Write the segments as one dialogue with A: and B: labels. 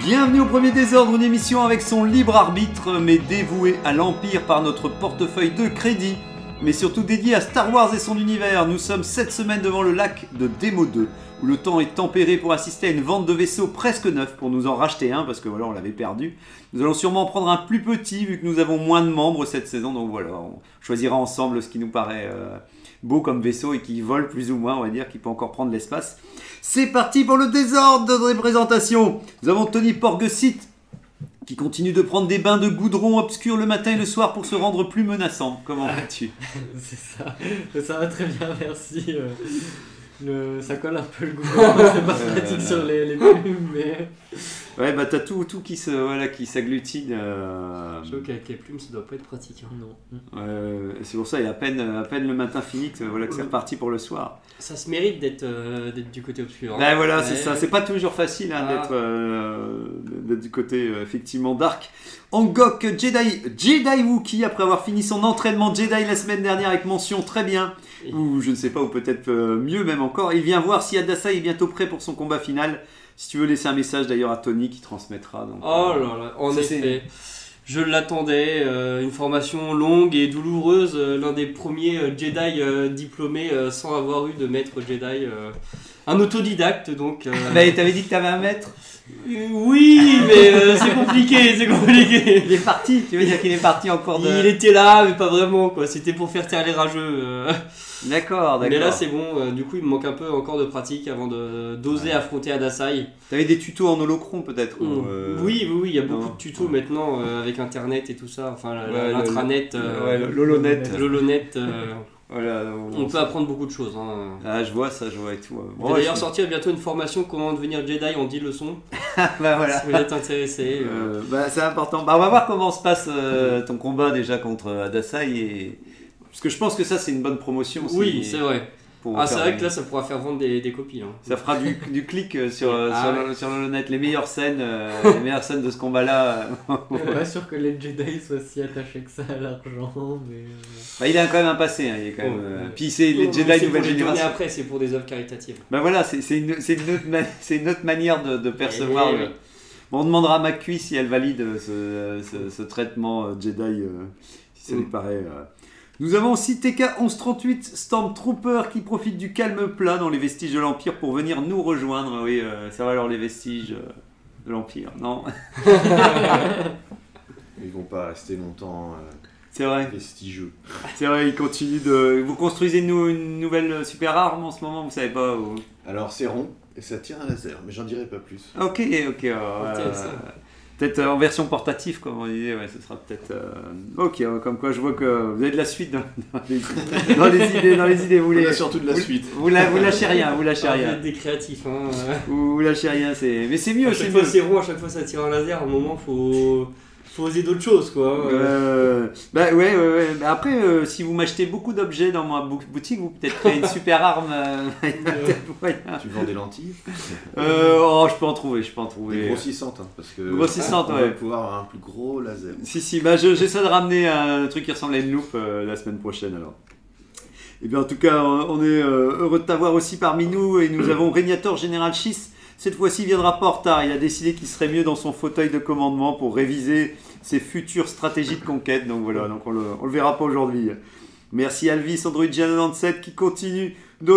A: Bienvenue au Premier Désordre, une émission avec son libre arbitre, mais dévouée à l'Empire par notre portefeuille de crédit, mais surtout dédiée à Star Wars et son univers. Nous sommes cette semaine devant le lac de Démo 2, où le temps est tempéré pour assister à une vente de vaisseaux presque neufs, pour nous en racheter un, parce que voilà, on l'avait perdu. Nous allons sûrement prendre un plus petit, vu que nous avons moins de membres cette saison, donc voilà, on choisira ensemble ce qui nous paraît euh, beau comme vaisseau et qui vole plus ou moins, on va dire, qui peut encore prendre l'espace. C'est parti pour le désordre des présentations. Nous avons Tony Porgesit qui continue de prendre des bains de goudron obscur le matin et le soir pour se rendre plus menaçant. Comment vas-tu
B: C'est ça. Ça va très bien, merci. Euh, Le, ça colle un peu le goût, c'est pas pratique sur les, les plumes, mais
A: Ouais, bah t'as tout, tout qui se voilà qui s'agglutine. euh,
B: je trouve qu'avec les plumes ça doit pas être pratique. hein. Non.
A: euh, c'est pour ça, il est à peine, à peine le matin fini que voilà que c'est reparti pour le soir.
B: Ça se mérite d'être euh, d'être du côté obscur. hein.
A: Bah voilà,
B: Ouais.
A: c'est ça. C'est pas toujours facile hein,
B: Ah.
A: d'être euh, d'être du côté euh, effectivement dark. Angok Jedi Jedi Wookie après avoir fini son entraînement Jedi la semaine dernière avec mention très bien.
B: Et-
A: ou je ne sais pas, ou peut-être euh, mieux même encore. Il vient voir si Adassa est bientôt prêt pour son combat final. Si tu veux laisser un message d'ailleurs à Tony qui transmettra. donc,
B: Oh
A: euh,
B: là là, en
A: Ça,
B: effet. Je l'attendais, euh, une formation longue et douloureuse, euh, l'un des premiers euh, Jedi euh, diplômés euh, sans avoir eu de maître Jedi. euh, un autodidacte donc. euh,
A: Mais t'avais dit que t'avais un maître
B: euh, oui, mais euh, c'est compliqué, c'est compliqué.
A: Il est parti, tu veux dire qu'il est parti encore de...
B: Il était là, mais pas vraiment, quoi. C'était pour faire taire les rageux. euh.
A: D'accord,
B: Mais là,
A: Ah, d'accord.
B: c'est bon. euh, Du coup, il me manque un peu encore de pratique avant de- d'oser affronter Adasai.
A: T'avais des tutos en holocron peut-être
B: Mm.
A: ou, euh,
B: Oui, oui, oui, il y a
A: non.
B: beaucoup de tutos maintenant euh, avec Internet et tout ça. Enfin, la- la-
A: Ouais,
B: l'intranet,
A: euh,
B: euh,
A: ouais, le- l'holonet.
B: l'holonet, euh,
A: Voilà, on-
B: on peut apprendre beaucoup de choses. hein.
A: Ah, je vois ça, je vois et tout.
B: Je
A: Bon,
B: vais
A: ouais,
B: D'ailleurs,
A: je-
B: sortir bientôt une formation comment devenir Jedi en 10 leçons.
A: bah, voilà.
B: Si vous êtes intéressé. euh.
A: Euh, bah, c'est important. Bah, on va voir comment se passe euh, ton combat déjà contre euh, Adasai et parce que je pense que ça c'est une bonne promotion.
B: Oui, c'est vrai.
A: pour
B: Ah, c'est
A: faire-
B: vrai que là, ça pourra faire vendre des, des copies. hein.
A: Ça fera du, du clic euh, sur, euh,
B: Ah
A: sur,
B: ouais.
A: le, sur le net, les meilleures scènes, euh, les meilleures scènes de ce combat-là. euh,
C: Je suis pas sûr que les Jedi soient si attachés que ça à l'argent, mais. euh, Oh,
A: bah, il a quand même un passé, hein, il est quand même. euh,
B: Ouais.
A: Puis c'est les
B: Non,
A: Jedi
B: mais Oh, c'est pour
A: nouvelle
B: les tourner
A: génération.
B: après, c'est pour des œuvres caritatives.
A: Bah voilà, c'est c'est une, c'est une, autre ma- c'est une autre manière de, de percevoir.
B: Eh
A: le-
B: oui.
A: Bon, on demandera à McCui si elle valide euh, ce, ce- ce traitement euh, Jedi, euh, si ça lui
B: Mm.
A: paraît. euh. Nous avons aussi TK1138 Stormtrooper qui profite du calme plat dans les vestiges de l'Empire pour venir nous rejoindre. Oui, euh, ça va alors les vestiges euh, de l'Empire, non
D: Ils vont pas rester longtemps euh,
A: C'est vrai,
D: prestigieux.
A: c'est vrai, il continue de. Vous construisez nous une nouvelle super arme en ce moment, vous savez pas où
D: Alors c'est rond et ça tire un laser, mais j'en dirai pas plus.
A: Ok, ok. euh,
B: Intéressant.
A: peut-être euh, en version portative, comme on disait, ouais, ce sera peut-être. euh, Ok, euh, comme quoi je vois que vous avez de la suite dans, dans les, dans les idées, dans les idées, vous
D: On
A: les.
D: a surtout de la suite.
A: Vous, la- vous lâchez rien, vous lâchez
B: Ah, vous
A: rien.
B: êtes des créatifs. Hein.
A: Vous, vous lâchez rien, c'est. Mais c'est mieux,
B: À
A: c'est
B: chaque
A: mieux.
B: fois c'est rond, à chaque fois ça tire un laser, à un moment faut, faut oser d'autres choses quoi. hein.
A: Euh, bah ouais, ouais, ouais. Bah après, euh, si vous m'achetez beaucoup d'objets dans ma bou- boutique, vous peut-être créez une super arme. euh, peut-être moyen.
D: Tu vends des lentilles
A: Euh, oh, je peux en trouver, je peux en
D: Des
A: trouver.
D: grossissantes, hein, parce que
A: Grossissantes,
D: on
A: ouais.
D: va pouvoir avoir un plus gros laser.
A: Si, si, bah je- j'essaie de ramener un truc qui ressemble à une loupe euh, la semaine prochaine alors. Et bien en tout cas, on on est euh, heureux de t'avoir aussi parmi nous et nous avons Régnator Général Schiss. Cette fois-ci, il viendra pas en retard. Il a décidé qu'il serait mieux dans son fauteuil de commandement pour réviser ses futures stratégies de conquête. Donc voilà, donc on le, on le verra pas aujourd'hui. Merci Alvis, Android 97 qui continue de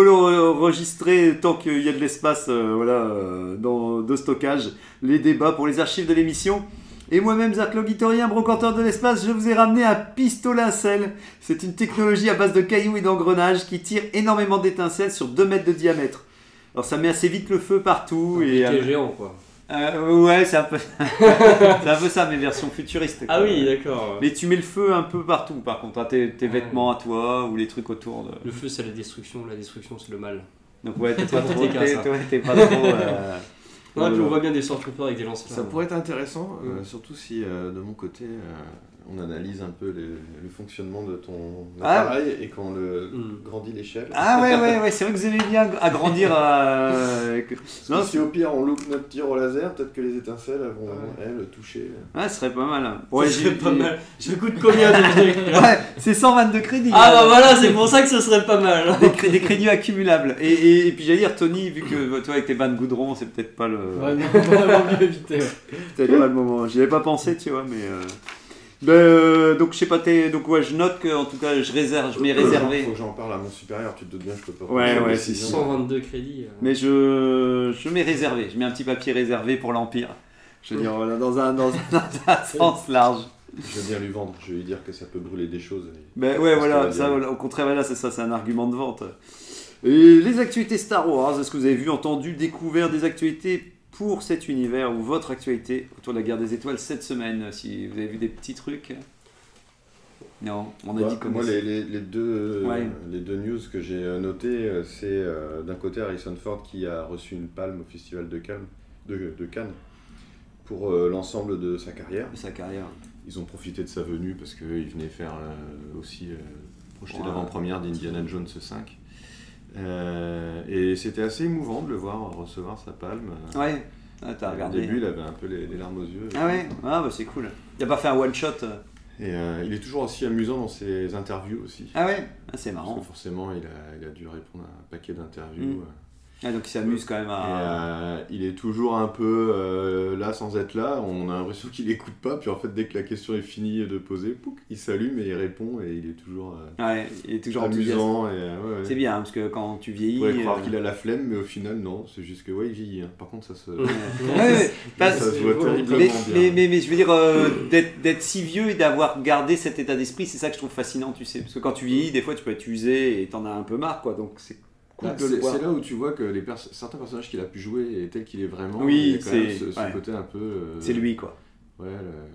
A: l'enregistrer tant qu'il y a de l'espace euh, voilà, euh, dans, de stockage, les débats pour les archives de l'émission. Et moi-même, Zark Logitorien, brocanteur de l'espace, je vous ai ramené un pistolet à sel. C'est une technologie à base de cailloux et d'engrenages qui tire énormément d'étincelles sur 2 mètres de diamètre. Alors ça met assez vite le feu partout. et,
B: et
A: euh,
B: géant quoi.
A: euh, ouais, c'est un, peu... c'est un peu ça, mais version futuriste. quoi.
B: Ah oui Ah. d'accord.
A: Mais tu mets le feu un peu partout, par contre, hein, tes, tes
B: Ouais.
A: vêtements à toi ou les trucs autour. De...
B: Le feu c'est la destruction, la destruction c'est le mal.
A: Donc ouais, t'es pas
B: T'es
A: trop,
B: pas
A: t'es,
B: ça.
A: ouais, t'es pas trop, euh,
B: Non,
A: Ouais,
B: je
A: ouais.
B: vois bien des Stormtroopers avec des lanceurs.
D: Ça pourrait être intéressant, euh,
B: Ouais.
D: surtout si euh, de mon côté euh, on analyse un peu les- le fonctionnement de ton
A: Ah.
D: appareil et qu'on le
B: Hmm.
D: grandit l'échelle.
A: Ah ouais, ouais, ouais, c'est vrai que vous aimez bien agrandir. euh, avec-
D: Parce que
A: Non,
D: si au pire on loupe notre tir au laser, peut-être que les étincelles vont elles toucher.
A: Ouais, ce serait pas mal.
B: Ouais,
A: Ouais,
B: j'ai
A: j'ai-
B: pas mal. Je coûte combien ton truc là
A: Ouais, c'est 122 crédits.
B: Ah
A: euh,
B: bah voilà, c'est pour ça que ce serait pas mal.
A: des, cré- des crédits accumulables. Et, et- et puis j'allais dire, Tony, vu que toi avec tes bains de goudron, c'est peut-être pas le,
C: Vraiment, vraiment mieux éviter. ouais.
A: peut-être pas le moment. J'y avais pas pensé, tu vois, mais. euh, ben, euh, donc je sais pas, t'es- donc ouais, je note que en tout cas je réserve, je m'ai
B: Euh,
A: réservé.
D: Euh, Faut que j'en parle à mon supérieur, tu te doutes bien, je peux pas.
A: Ouais,
D: prendre
A: ouais,
D: la
A: c'est
D: décision.
B: 122 crédits. euh.
A: Mais je, je m'ai réservé, je mets un petit papier réservé pour l'Empire. Je veux dire, voilà, dans un, dans un- dans un sens large.
D: Je vais bien lui vendre, je vais lui dire que ça peut brûler des choses. et-
A: Ben ouais,
D: Parce que
A: voilà,
D: la
A: ça,
D: guerre.
A: voilà, au contraire, voilà, c'est ça, c'est un argument de vente. Et les actualités Star Wars, est-ce que vous avez vu, entendu, découvert des actualités pour cet univers ou votre actualité autour de la guerre des étoiles cette semaine Si vous avez vu des petits trucs Non, on a
D: Moi-
A: dit comment
D: Bah, moi,
A: c'est-
D: les, les- les deux, euh,
A: Ouais.
D: les deux news que j'ai euh, notées, euh, c'est euh, d'un côté Harrison Ford qui a reçu une palme au Festival de, Calme, de, de Cannes pour euh, l'ensemble de sa carrière.
A: de sa carrière.
D: Ils ont profité de sa venue parce qu'il venait faire euh, aussi euh, projeter
A: Ouais.
D: l'avant-première d'Indiana Jones 5. Euh, et c'était assez émouvant de le voir recevoir sa palme. Euh,
A: Ouais, ah, t'as regardé.
D: Au début, il avait un peu les, les larmes aux yeux.
A: Ah ouais, ah bah c'est cool. Il a pas fait un one shot
D: Et euh, il est toujours aussi amusant dans ses interviews aussi.
A: Ah ouais, Ah, c'est
D: Parce
A: marrant.
D: que forcément, il a, il a dû répondre à un paquet d'interviews. euh.
A: Mm. Ah, donc il s'amuse quand même
D: Et,
A: à.
D: euh, il est toujours un peu euh, là sans être là. On a l'impression qu'il n'écoute pas. Puis en fait, dès que la question est finie de poser, pouc, il s'allume et il répond. Et il est toujours euh,
A: Ouais, il est toujours enthousiaste.
D: amusant. Et, euh, ouais,
A: C'est bien, hein, parce que quand tu
D: On
A: vieillis.
D: pourrait
A: euh,
D: croire qu'il a la flemme, mais au final, non. C'est juste que, ouais, il vieillit. hein. Par contre, ça se,
B: Ouais.
A: Ouais, ouais,
D: ça
A: parce-
D: se voit terriblement
A: Mais,
D: bien.
A: mais, mais, mais je veux dire, euh, d'être d'être si vieux et d'avoir gardé cet état d'esprit, c'est ça que je trouve fascinant, tu sais. Parce que quand tu vieillis, des fois, tu peux être usé et t'en as un peu marre, quoi. Donc c'est cool
D: Bah,
A: de le
D: c'est
A: voir.
D: c'est là où tu vois que les pers- certains personnages qu'il a pu jouer et tel qu'il est vraiment,
A: Oui,
D: il y a quand même
A: c'est-
D: ce, ce
A: ouais.
D: côté un peu. euh,
A: C'est lui, quoi.
D: Ouais, le-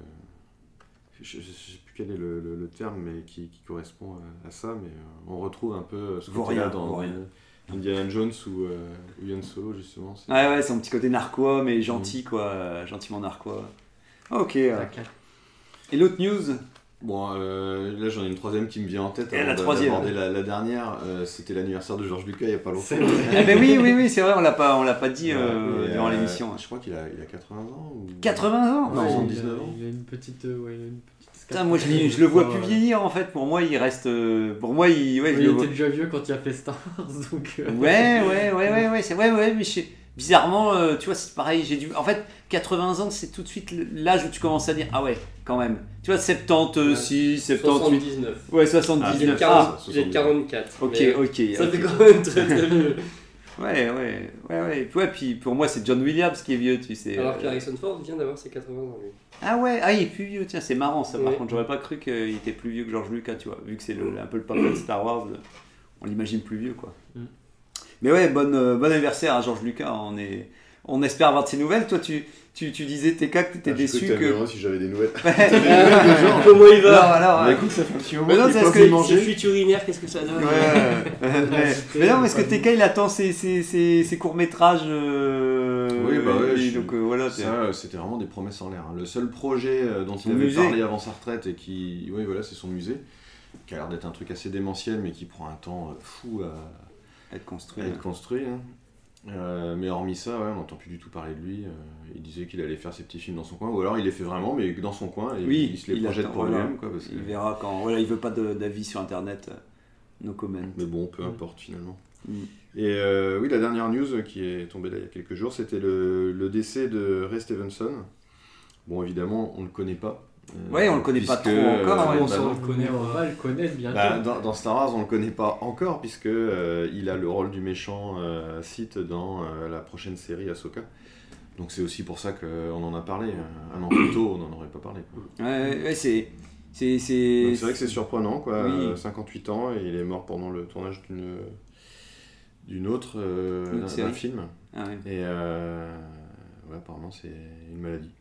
D: je, je- je sais plus quel est le, le- le terme mais qui, qui correspond à, à ça, mais euh, on retrouve un peu euh, ce
A: Vaurien,
D: côté-là dans
A: vaurien.
D: euh, Indiana Jones ou euh, ou Yann Solo, justement. c'est-
A: Ouais, ouais, son petit côté narquois, mais gentil,
D: Mm.
A: quoi. euh, Gentiment narquois. Ah, Ok. euh. Et l'autre news
D: Bon, euh, là j'en ai une troisième qui me vient en tête.
A: Et Eh, la
D: avant d'a-
A: troisième.
D: d'aborder La, la dernière, euh, c'était l'anniversaire de Georges Lucas il n'y a pas longtemps.
C: C'est vrai.
A: Eh ben oui, oui, oui, c'est vrai, on l'a pas, on l'a pas dit euh,
D: Et,
A: durant
D: euh,
A: l'émission.
D: Je crois qu'il a, il a 80 ans. Ou...
A: 80 ans
D: Ouais,
A: Non.
D: ils ont
C: il, a,
D: 19 ans.
C: il a une petite. euh, ouais, il a une petite
A: Putain, moi je, l'ai-
C: scarpe.
A: je le vois
C: Ouais,
A: plus
C: ouais.
A: vieillir en fait. Pour moi, il reste. euh, Pour moi, il. Ouais, je
C: Oui,
A: le
C: il
A: vois-
C: était déjà vieux quand il a fait Star Wars, donc. euh,
A: Ouais, ouais, ouais, ouais, ouais, c'est ouais, ouais, mais je sais- bizarrement, euh, tu vois, c'est pareil, j'ai dû. En fait, 80 ans, c'est tout de suite l'âge où tu commences à dire, ah ouais, quand même. Tu vois, 76, 78.
B: 79.
A: Ouais,
D: Ah,
B: J'ai
A: 79.
D: bien,
A: Ah,
B: 40 j'ai 44.
A: ok,
B: mais, euh,
A: ok.
B: Ça
A: ok.
B: fait quand même très très vieux.
A: Ouais, ouais, ouais, ouais. Et puis, ouais, puis pour moi, c'est John Williams qui est vieux, tu sais.
B: Alors
A: Euh,
B: qu'Harrison Ford vient d'avoir ses 80 ans lui.
A: Ah ouais, ah, il est plus vieux, tiens, c'est marrant ça. Par
B: Ouais.
A: contre, j'aurais pas cru qu'il était plus vieux que George Lucas, tu vois, vu que c'est le- un peu le papa de Star Wars, le- on l'imagine plus vieux, quoi.
C: Mm.
A: Mais ouais, bon, euh, bon anniversaire à Georges Lucas, on, est, on espère avoir de ses nouvelles. Toi, tu, tu, tu disais, TK, que t'étais
D: Ah, je
A: déçu
D: crois que. t'as
A: que.
D: vu, hein, si j'avais des nouvelles.
B: Comment il
A: Non,
B: va
A: alors,
D: Bah,
A: euh,
D: écoute, ça fait un petit moment
A: Mais non,
D: qu'il
A: c'est
D: est
A: parce
D: pas
A: que
D: venu
B: Ce
D: manger.
B: fuite urinaire, qu'est-ce que ça donne Ah,
A: ouais, euh, mais,
C: c'était-
A: mais non, parce que
C: pas
A: TK, il attend ses, ses, ses, ses courts-métrages. euh,
D: Oui, bah ouais,
A: et
D: je-
A: donc euh, voilà, c'est-
D: Ça, euh, c'était vraiment des promesses en l'air. hein. Le seul projet euh, dont
A: Son
D: il avait
A: musée.
D: parlé avant sa retraite et qui, oui, voilà, c'est son musée, qui a l'air d'être un truc assez démentiel, mais qui prend un temps euh, fou à,
A: être
D: à
A: construit.
D: être construit. hein. Euh, mais hormis ça, ouais, on n'entend plus du tout parler de lui. Euh, il disait qu'il allait faire ses petits films dans son coin, ou alors il les fait vraiment, mais dans son coin, et
A: Oui,
D: il se les
A: il
D: projette
A: attend,
D: pour
A: voilà.
D: lui-même, quoi. Parce que...
A: Il verra quand. Voilà, il veut pas de- d'avis sur internet. Nos comment.
D: Mais bon, peu importe finalement.
A: Mm.
D: Et euh, oui, la dernière news euh, qui est tombée là il y a quelques jours, c'était le, le décès de Ray Stevenson. Bon, évidemment, on ne le connaît pas. Euh,
A: Ouais, on le connaît pas
D: puisque,
A: trop encore, hein,
D: euh,
A: ouais,
C: on
D: bah
C: s'en
D: non.
C: reconnaît, on va le connaître bientôt.
D: Bah, dans, dans Star Wars, on le connaît pas encore, puisque euh, il a le rôle du méchant euh, Sith dans euh, la prochaine série Ahsoka. Donc c'est aussi pour ça qu'on en a parlé. Euh, Un an plus tôt, on n'en aurait pas parlé. quoi.
A: Ouais, ouais, ouais, c'est. C'est.
D: Donc,
A: C'est
D: Bah, C'est vrai que c'est surprenant, quoi.
A: Oui.
D: Euh, 58 ans et il est mort pendant le tournage d'une d'une autre euh,
A: Une
D: d'un-
A: série.
D: d'un film.
A: Ah ouais.
D: Et euh, ouais, apparemment c'est une maladie.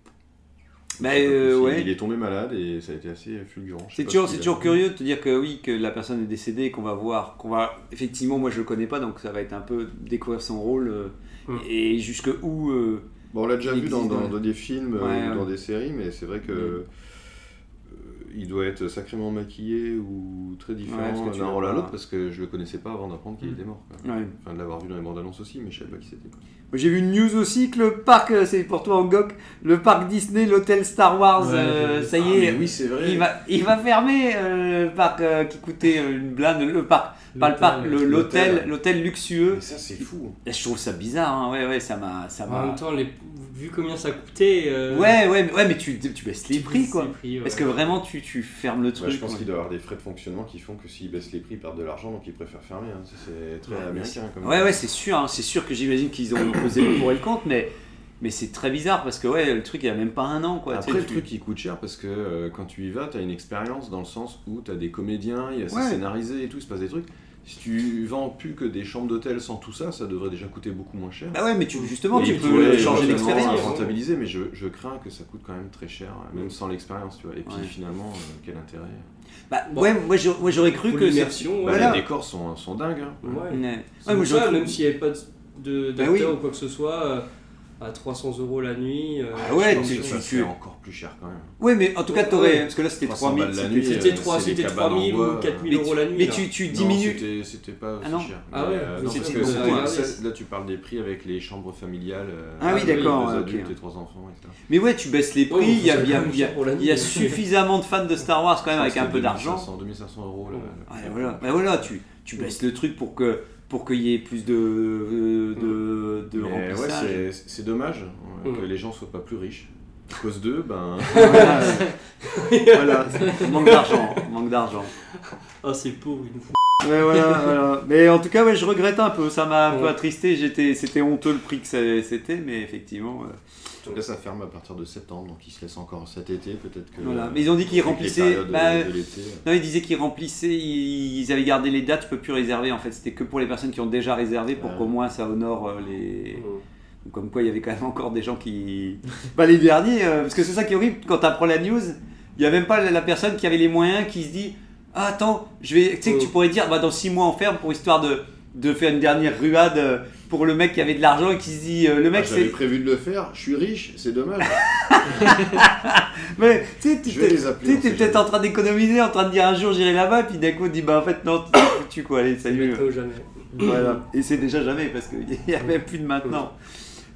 A: Bah,
D: Je sais pas,
A: euh,
D: c'est-
A: ouais.
D: Il est tombé malade et ça a été assez fulgurant. Je sais
A: C'est
D: pas
A: toujours,
D: ce
A: c'est
D: qu'il a
A: toujours
D: fait.
A: curieux de te dire que oui, que la personne est décédée et qu'on va voir, qu'on va effectivement, moi je le connais pas, donc ça va être un peu découvrir son rôle euh,
B: Mm.
A: et jusque où euh,
D: Bon, on l'a déjà
A: qui
D: vu dans,
A: existe,
D: dans-
A: ouais.
D: dans des films euh,
A: Ouais,
D: ou dans
A: ouais.
D: des séries, mais c'est vrai que euh, il doit être sacrément maquillé ou très
A: Ouais, parce
D: différent
A: que tu
D: d'un
A: le
D: rôle à
A: vois.
D: l'autre parce que je le connaissais pas avant d'apprendre qu'il
A: Mm.
D: était mort. quoi.
A: Ouais.
D: Enfin, de l'avoir vu dans les bandes annonces aussi, mais je savais pas qui c'était. quoi.
A: J'ai vu une news aussi que le parc, euh, c'est pour toi Angok, le parc Disney, l'hôtel Star Wars,
C: Ouais,
A: euh,
C: j'ai vu
A: ça
C: ça.
A: y est,
D: Ah, oui, c'est vrai.
A: il va, il va fermer euh, le parc euh, qui coûtait une blinde, le parc, pas le parc, le- l'hôtel,
D: L'hôtel.
A: l'hôtel luxueux.
D: Mais ça, c'est fou.
A: Je trouve ça bizarre, hein, ouais, ouais, ça m'a, ça
B: En
A: m'a.
B: même temps, les... vu combien ça coûtait. euh,
A: bah. Ouais, ouais, mais- ouais, mais tu, tu baisses les prix, quoi.
B: les prix, ouais.
A: Parce que vraiment, tu, tu fermes le truc.
D: Ouais, Bah, je pense
A: ouais.
D: qu'il doit y avoir des frais de fonctionnement qui font que s'ils baissent les prix, ils perdent de l'argent, donc ils préfèrent fermer. hein. Ça, C'est très
A: Ouais, bien
D: américain. Comme
A: Ouais, ouais, c'est sûr, hein, c'est sûr que j'imagine qu'ils ont posé le pour et le contre, mais, mais c'est très bizarre parce que, ouais, le truc, il a même pas un an, quoi.
D: Après,
A: tu sais,
D: le
A: tu-
D: truc, il coûte cher parce que euh, quand tu y vas, t'as une expérience dans le sens où t'as des comédiens, il y a- c'est
A: Ouais.
D: scénarisé et tout, il se passe des trucs. Si tu vends plus que des chambres d'hôtel sans tout ça, ça devrait déjà coûter beaucoup moins cher.
A: Bah ouais, mais tu, justement,
D: Et
A: tu
D: ils
A: peux
D: pourraient
A: changer
D: éventuellement
A: d'expérience. hein.
D: rentabiliser, mais je, je crains que ça coûte quand même très cher, même sans l'expérience, tu vois. Et puis
A: Ouais.
D: finalement, euh, quel intérêt
A: Bah, ouais, moi, j'aurais- moi, j'aurais cru
B: Pour
A: que. ça-
B: l'immersion, ouais.
D: Bah,
A: Voilà.
D: Les décors sont, sont dingues. hein.
B: Ouais.
A: Ouais, ouais,
B: C'est
A: moi,
B: pour
A: j'aurais
B: ça,
A: cru-
B: même s'il n'y avait pas de- de-
A: Bah
B: d'acteur
A: oui.
B: ou quoi que ce soit, euh, à 300 euros la nuit. euh,
A: Ah ouais,
B: je pense
D: Je
A: tu-
D: pense
B: que-
D: que
A: tu-
D: ça
A: tu-
D: fait encore plus cher quand même.
A: Ouais, mais en tout cas, t'aurais.
B: Ouais.
A: Parce que là, c'était
D: 300
A: 3000.
D: balles la
A: c'était-
D: nuit,
A: c'était-
D: euh,
B: C'était trois-
D: c'est des
B: c'était
D: cabanes
B: 3000
D: en bois,
B: ou
D: euh.
B: 4000 euros la nuit.
A: Mais
B: là.
A: tu, tu
D: Non,
A: diminues.
D: c'était- C'était pas aussi
A: Ah non.
D: cher.
B: Ah ouais.
D: Mais, euh, non,
A: C'était
D: parce
A: une
D: que ça,
A: grosse
D: ça,
B: boîte.
D: là, tu parles des prix avec les chambres familiales. euh,
A: Ah oui, d'accord,
D: Deux
A: ouais,
D: adultes
A: ok.
D: et trois enfants, etc.
A: Mais ouais, tu baisses les prix.
B: Ouais,
A: Il y a,
B: c'est
A: il y a-
B: quand même
A: il y a-
B: cher pour la
A: il y a
B: nuit.
A: suffisamment de fans de Star Wars quand même Ah, avec
D: C'était
A: un peu d'argent.
D: 2500, 2500 euros. Là,
A: Ouais, voilà, Ouais, voilà tu, tu baisses le truc pour que pour qu'il y ait plus de, de, de
D: Mais ouais,
A: remplissage.
D: c'est- c'est dommage euh,
B: Mm.
D: que les gens soient pas plus riches. À cause d'eux, ben. voilà. voilà.
A: manque d'argent, manque d'argent.
B: Ah, c'est pauvre, il nous fout.
A: Ouais, voilà, voilà. Mais en tout cas, ouais, je regrette un peu, ça m'a un peu
B: Ouais.
A: attristé, j'étais, c'était honteux le prix que ça- c'était, mais effectivement. euh,
D: Là, ça ferme à partir de septembre, donc ils se laissent encore cet été, peut-être que.
A: voilà. Mais ils ont dit qu'ils
D: avec les
A: remplissaient.
D: périodes de-
A: bah,
D: de l'été, euh,
A: non, ils disaient qu'ils remplissaient, ils, ils avaient gardé les dates, je peux plus réserver en fait, c'était que pour les personnes qui ont déjà réservé pour
D: Ouais.
A: qu'au moins ça honore euh, les.
B: Hum.
A: Donc, Comme quoi, il y avait quand même encore des gens qui. Bah, les derniers, euh, parce que c'est ça qui est horrible, quand t'apprends la news, il n'y a même pas la la personne qui avait les moyens qui se dit Ah, attends, je vais. Tu sais, que tu
B: Oh.
A: pourrais dire, bah, dans 6 mois en ferme pour histoire de, de faire une dernière ruade euh, pour le mec qui avait de l'argent et qui se dit euh, Le
D: ah,
A: mec,
D: J'avais
A: c'est.
D: prévu de le faire, je suis riche, c'est dommage.
A: Mais tu sais, tu
D: Je vais
A: t'es-
D: les
A: tu
D: appeler.
A: sais,
D: on
A: t'es
D: sait
A: peut-être
D: jamais.
A: en train d'économiser, en train de dire un jour j'irai là-bas, puis d'un coup, on dit Bah, en fait, non, t'es foutu quoi, allez, salut.
B: Maintenant ou jamais.
A: Voilà. Et c'est déjà jamais parce qu'il n'y a même plus de maintenant.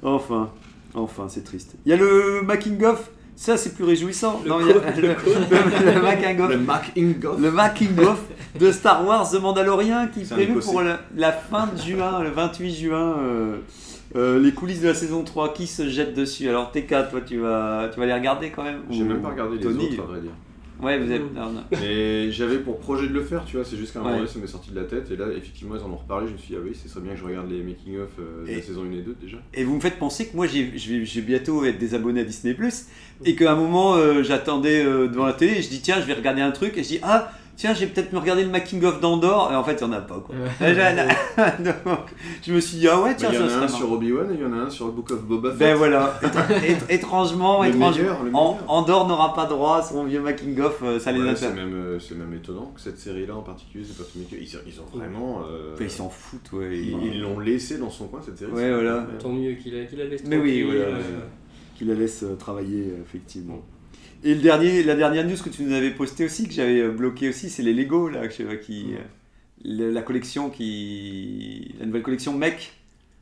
A: Enfin, enfin, c'est triste. Il y a le Making of, ça c'est plus réjouissant.
B: Le
A: Non, il y a
B: co-
A: le, le- le Making of.
D: Le Mac Ingoff.
A: Le Making of de Star Wars The Mandalorian qui est
D: C'est
A: prévu
D: impossible.
A: pour la, la fin de juin, le 28 juin. euh, euh, les coulisses de la saison 3 qui se jettent dessus. Alors TK, toi tu vas, tu vas les regarder quand même
D: J'ai
A: Ou
D: même pas regardé les
A: Tony
D: autres, à vrai dire.
A: Ouais, vous avez.
B: Mm.
A: non, non.
D: Mais j'avais pour projet de le faire, tu vois, c'est juste qu'à un moment
A: Ouais.
D: donné, ça m'est sorti de la tête, et là, effectivement, ils en ont reparlé, je me suis dit, ah oui, ce serait bien que je regarde les making-of euh, de
A: Et-
D: la saison 1 et 2 déjà.
A: Et vous me faites penser que moi, j'ai- je vais, je vais bientôt être désabonné à Disney Plus et qu'à un moment, euh, j'attendais euh, devant la télé et je dis tiens, je vais regarder un truc et je dis ah tiens, j'ai peut-être me regarder le making of d'Andorre et en fait, il n'y en a pas quoi. Et j'ai- Donc, je me suis dit ah ouais
D: Bah,
A: tiens,
D: Il y
A: ça
D: en a
A: serait
D: un
A: marrant.
D: sur Obi-Wan et il y en a un sur le Book of Boba Fett.
A: Ben voilà, Étr- étr- étrangement,
D: le
A: étrangement.
D: meilleur, le
A: An-
D: meilleur.
A: Andorre n'aura pas droit à son vieux making of, euh, ça les
D: Ouais, c'est
A: intéresse.
D: même, euh, c'est même étonnant que cette série-là en particulier, c'est pas tout making ils, ils ont vraiment. euh,
A: Enfin, Ils s'en foutent ouais.
D: ils-
A: Ils-
D: ils l'ont laissé dans son coin cette série.
A: Ouais,
D: c'est-
A: voilà.
B: Tant mieux qu'il a, qu'il a laissé.
A: Mais oui,
B: tranquille,
A: voilà,
B: euh,
A: qui la laisse euh, travailler euh, effectivement. Et le dernier, la dernière news que tu nous avais postée aussi, que j'avais euh, bloqué aussi, c'est les Lego là, que je sais pas qui, euh, le- la collection qui, la nouvelle collection mec.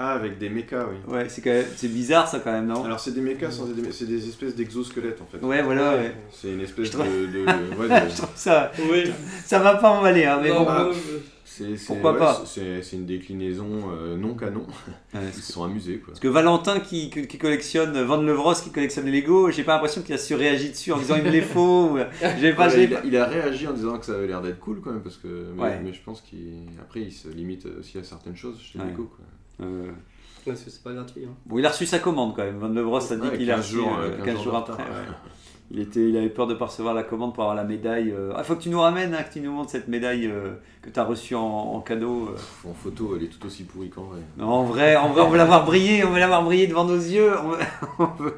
D: Ah, avec des mechas, oui.
A: Ouais, c'est quand même, c'est bizarre ça quand même non
D: Alors, c'est des mechas, sans des- c'est des espèces d'exosquelettes en fait.
A: Ouais, voilà. ouais.
D: C'est une espèce
A: Je
D: de.
A: trouve-
D: de- ouais, de-
A: je trouve ça,
B: Ouais.
A: ça va pas m'emballer hein, mais
B: Non,
A: bon.
D: bah,
B: moi, je-
D: C'est, c'est-
A: Pourquoi
D: ouais,
A: pas
D: c'est, c'est une déclinaison euh, non canon.
A: Ouais,
D: Ils
A: parce
D: se
A: que-
D: sont amusés quoi.
A: parce que Valentin qui, qui- qui collectionne, euh, Van Levros qui collectionne les Lego, j'ai pas l'impression qu'il a su réagir dessus en disant il me les faut. ou, euh, J'ai pas,
D: Ouais,
A: j'ai
D: il,
A: pas.
D: a, il a réagi en disant que ça avait l'air d'être cool quand même parce que mais,
A: Ouais.
D: mais je pense qu'après il se limite aussi à certaines choses chez
A: Ouais.
D: Lego quoi.
A: Euh,
B: Parce que c'est pas gratuit. hein.
A: Bon, il a reçu sa commande quand même. Van de Bros a dit
D: Ouais,
A: qu'il a
D: 15
A: reçu
D: jours,
A: euh,
D: euh, 15
A: 15 jours
D: jours
A: après.
D: tard.
A: ouais. Il, était, il avait peur de ne pas recevoir la commande pour avoir la médaille. euh, Ah, faut que tu nous ramènes, hein, que tu nous montres cette médaille euh, que tu as reçue en, en cadeau. euh.
D: Pff, En photo elle est tout aussi pourrie qu'en vrai.
A: Non, en vrai, en vrai, on veut l'avoir briller, on veut l'avoir briller devant nos yeux. on veut- on veut-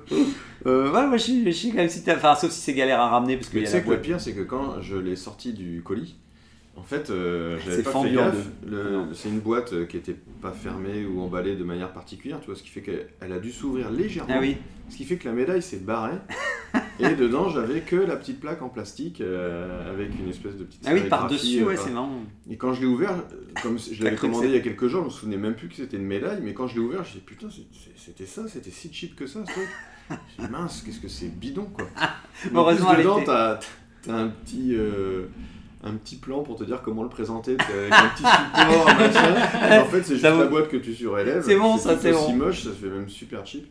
A: Euh, ouais, moi je suis, je suis quand même si t'as- Enfin, sauf si c'est galère à ramener parce
D: Mais
A: qu'il y
D: tu
A: a la
D: sais que le
A: boîte.
D: pire c'est que quand je l'ai sorti du colis, En fait, euh, j'avais
A: C'est
D: pas fait
A: fendu en
D: gaffe. Le- C'est une boîte euh, qui était pas fermée ou emballée de manière particulière, tu vois, ce qui fait qu'elle elle a dû s'ouvrir légèrement.
A: Ah oui.
D: Ce qui fait que la médaille s'est barrée. et dedans, j'avais que la petite plaque en plastique euh, avec une espèce de petite.
A: Ah oui,
D: sérigraphie,
A: par-dessus,
D: euh,
A: ouais,
D: par-
A: c'est marrant.
D: Et quand je l'ai ouvert, euh, comme c- je
A: T'as
D: l'avais
A: cru que
D: commandé il y
A: c'était-
D: a quelques jours, je me souvenais même plus que c'était une médaille, mais quand je l'ai ouvert, je me suis dit putain, c'est- c'est- c'était ça, c'était si cheap que ça ce truc. J'ai dit, mince, qu'est-ce que c'est bidon quoi. Mais en
A: Heureusement,
D: plus,
A: elle
D: dedans,
A: était-
D: t'as t'as un petit. euh, Un petit plan pour te dire comment le présenter, t'as- avec un petit support, machin. Et en fait, c'est juste
A: Ça vaut-
D: la boîte que tu surélèves.
A: C'est bon, ça,
D: tout
A: c'est
D: aussi
A: bon.
D: moche, ça se fait même super cheap.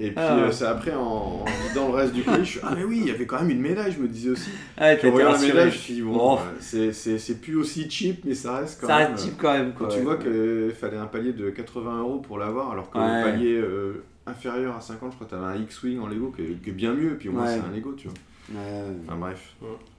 D: Et puis,
A: Ah.
D: euh, c'est après, en, dans le reste du colis, je suis Ah, mais oui, il y avait quand même une médaille, je me disais aussi.
A: Ouais,
D: Puis
A: t'étais
D: en voyant la
A: rassuré.
D: médaille, je me suis dit, bon,
A: Bon,
D: euh, c'est- c'est c'est plus aussi cheap, mais ça reste quand
A: ça
D: même.
A: reste
D: euh,
A: cheap quand même,
D: quand
A: quoi.
D: tu
A: ouais.
D: vois qu'il fallait un palier de 80 euros pour l'avoir, alors que
A: Ouais.
D: le palier euh, inférieur à 50, je crois, t'avais un X-Wing en Lego qui est, qui est bien mieux, puis au moins
A: Ouais.
D: c'est un Lego, tu vois.
A: Ouais.
D: Enfin bref.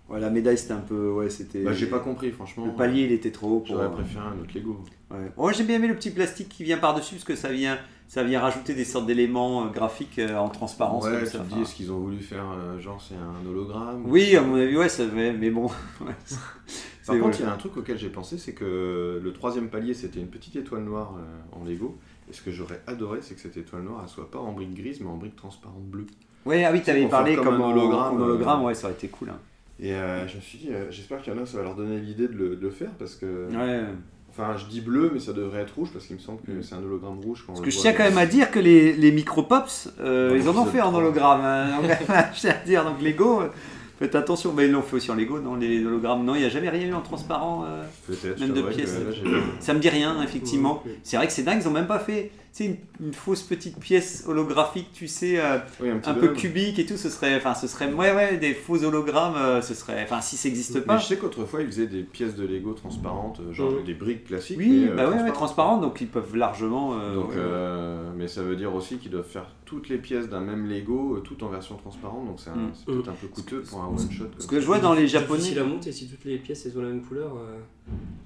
A: Ouais, la médaille, c'était un peu. Ouais, c'était.
D: Bah, j'ai pas compris, franchement. euh,
A: Le palier, il était trop haut pour. euh,
D: J'aurais préféré un autre Lego.
A: Ouais. Moi, j'ai bien aimé le petit plastique qui vient par-dessus parce que ça vient, ça vient rajouter des sortes d'éléments euh, graphiques euh, en transparence.
D: ouais,
A: comme
D: tu
A: ça.
D: te dis,
A: Enfin,
D: est-ce qu'ils ont voulu faire euh, genre c'est un hologramme
A: Oui, à mon avis, ouais, ça fait, mais bon. ouais, c'est-
D: Par
A: c'est-
D: contre, il y a un truc auquel j'ai pensé, c'est que le troisième palier, c'était une petite étoile noire euh, en Lego. Et ce que j'aurais adoré, c'est que cette étoile noire, elle soit pas en brique grise, mais en brique transparente bleue.
A: ouais, ah oui, t'avais
D: pour
A: parlé
D: faire
A: comme,
D: comme un
A: en-
D: hologramme,
A: en hologramme,
D: euh,
A: ouais, ça aurait été cool. hein.
D: Et euh, je me suis dit, euh, j'espère qu'il y en a, ça va leur donner l'idée de, le- de le faire, parce que...
A: Ouais.
D: Enfin, je dis bleu, mais ça devrait être rouge, parce qu'il me semble que c'est un hologramme rouge. Quand
A: Parce que je tiens quand même à dire que les, les micro-pops, euh,
D: Dans
A: ils en ont
D: l'épisode
A: fait en
D: 3.
A: hologramme. hein. Donc, je tiens à dire, donc Lego, euh, faites attention, mais ils l'ont fait aussi en Lego, non, les hologrammes, non, il n'y a jamais rien eu en transparent. euh.
D: Peut-être,
A: même
D: c'est
A: de
D: vrai que
A: pièces.
D: là, j'ai-
A: Ça me dit rien, effectivement.
C: Ouais, ok.
A: C'est vrai que c'est dingue, ils ont même pas fait tu sais, une, une fausse petite pièce holographique, tu sais, euh,
D: Oui, un, petit
A: un peu
D: bonhomme.
A: cubique et tout. Ce serait, enfin, ce serait, ouais, ouais, des faux hologrammes. euh, ce serait, enfin, si ça n'existe
D: Mais
A: pas.
D: je sais qu'autrefois, ils faisaient des pièces de Lego transparentes, euh, genre
C: Ouais.
D: des briques classiques.
A: Oui,
D: mais, euh,
A: bah ouais, ouais,
D: transparentes.
A: transparent, donc ils peuvent largement. euh,
D: Donc,
A: ouais.
D: euh, mais ça veut dire aussi qu'ils doivent faire toutes les pièces d'un même Lego, euh, toutes en version transparente, donc c'est un-
A: Mm.
D: c'est peut-être un peu coûteux pour un one shot. quoi.
A: Ce que je vois dans les japonais.
B: Si la monte et si toutes les pièces elles ont la même couleur. euh,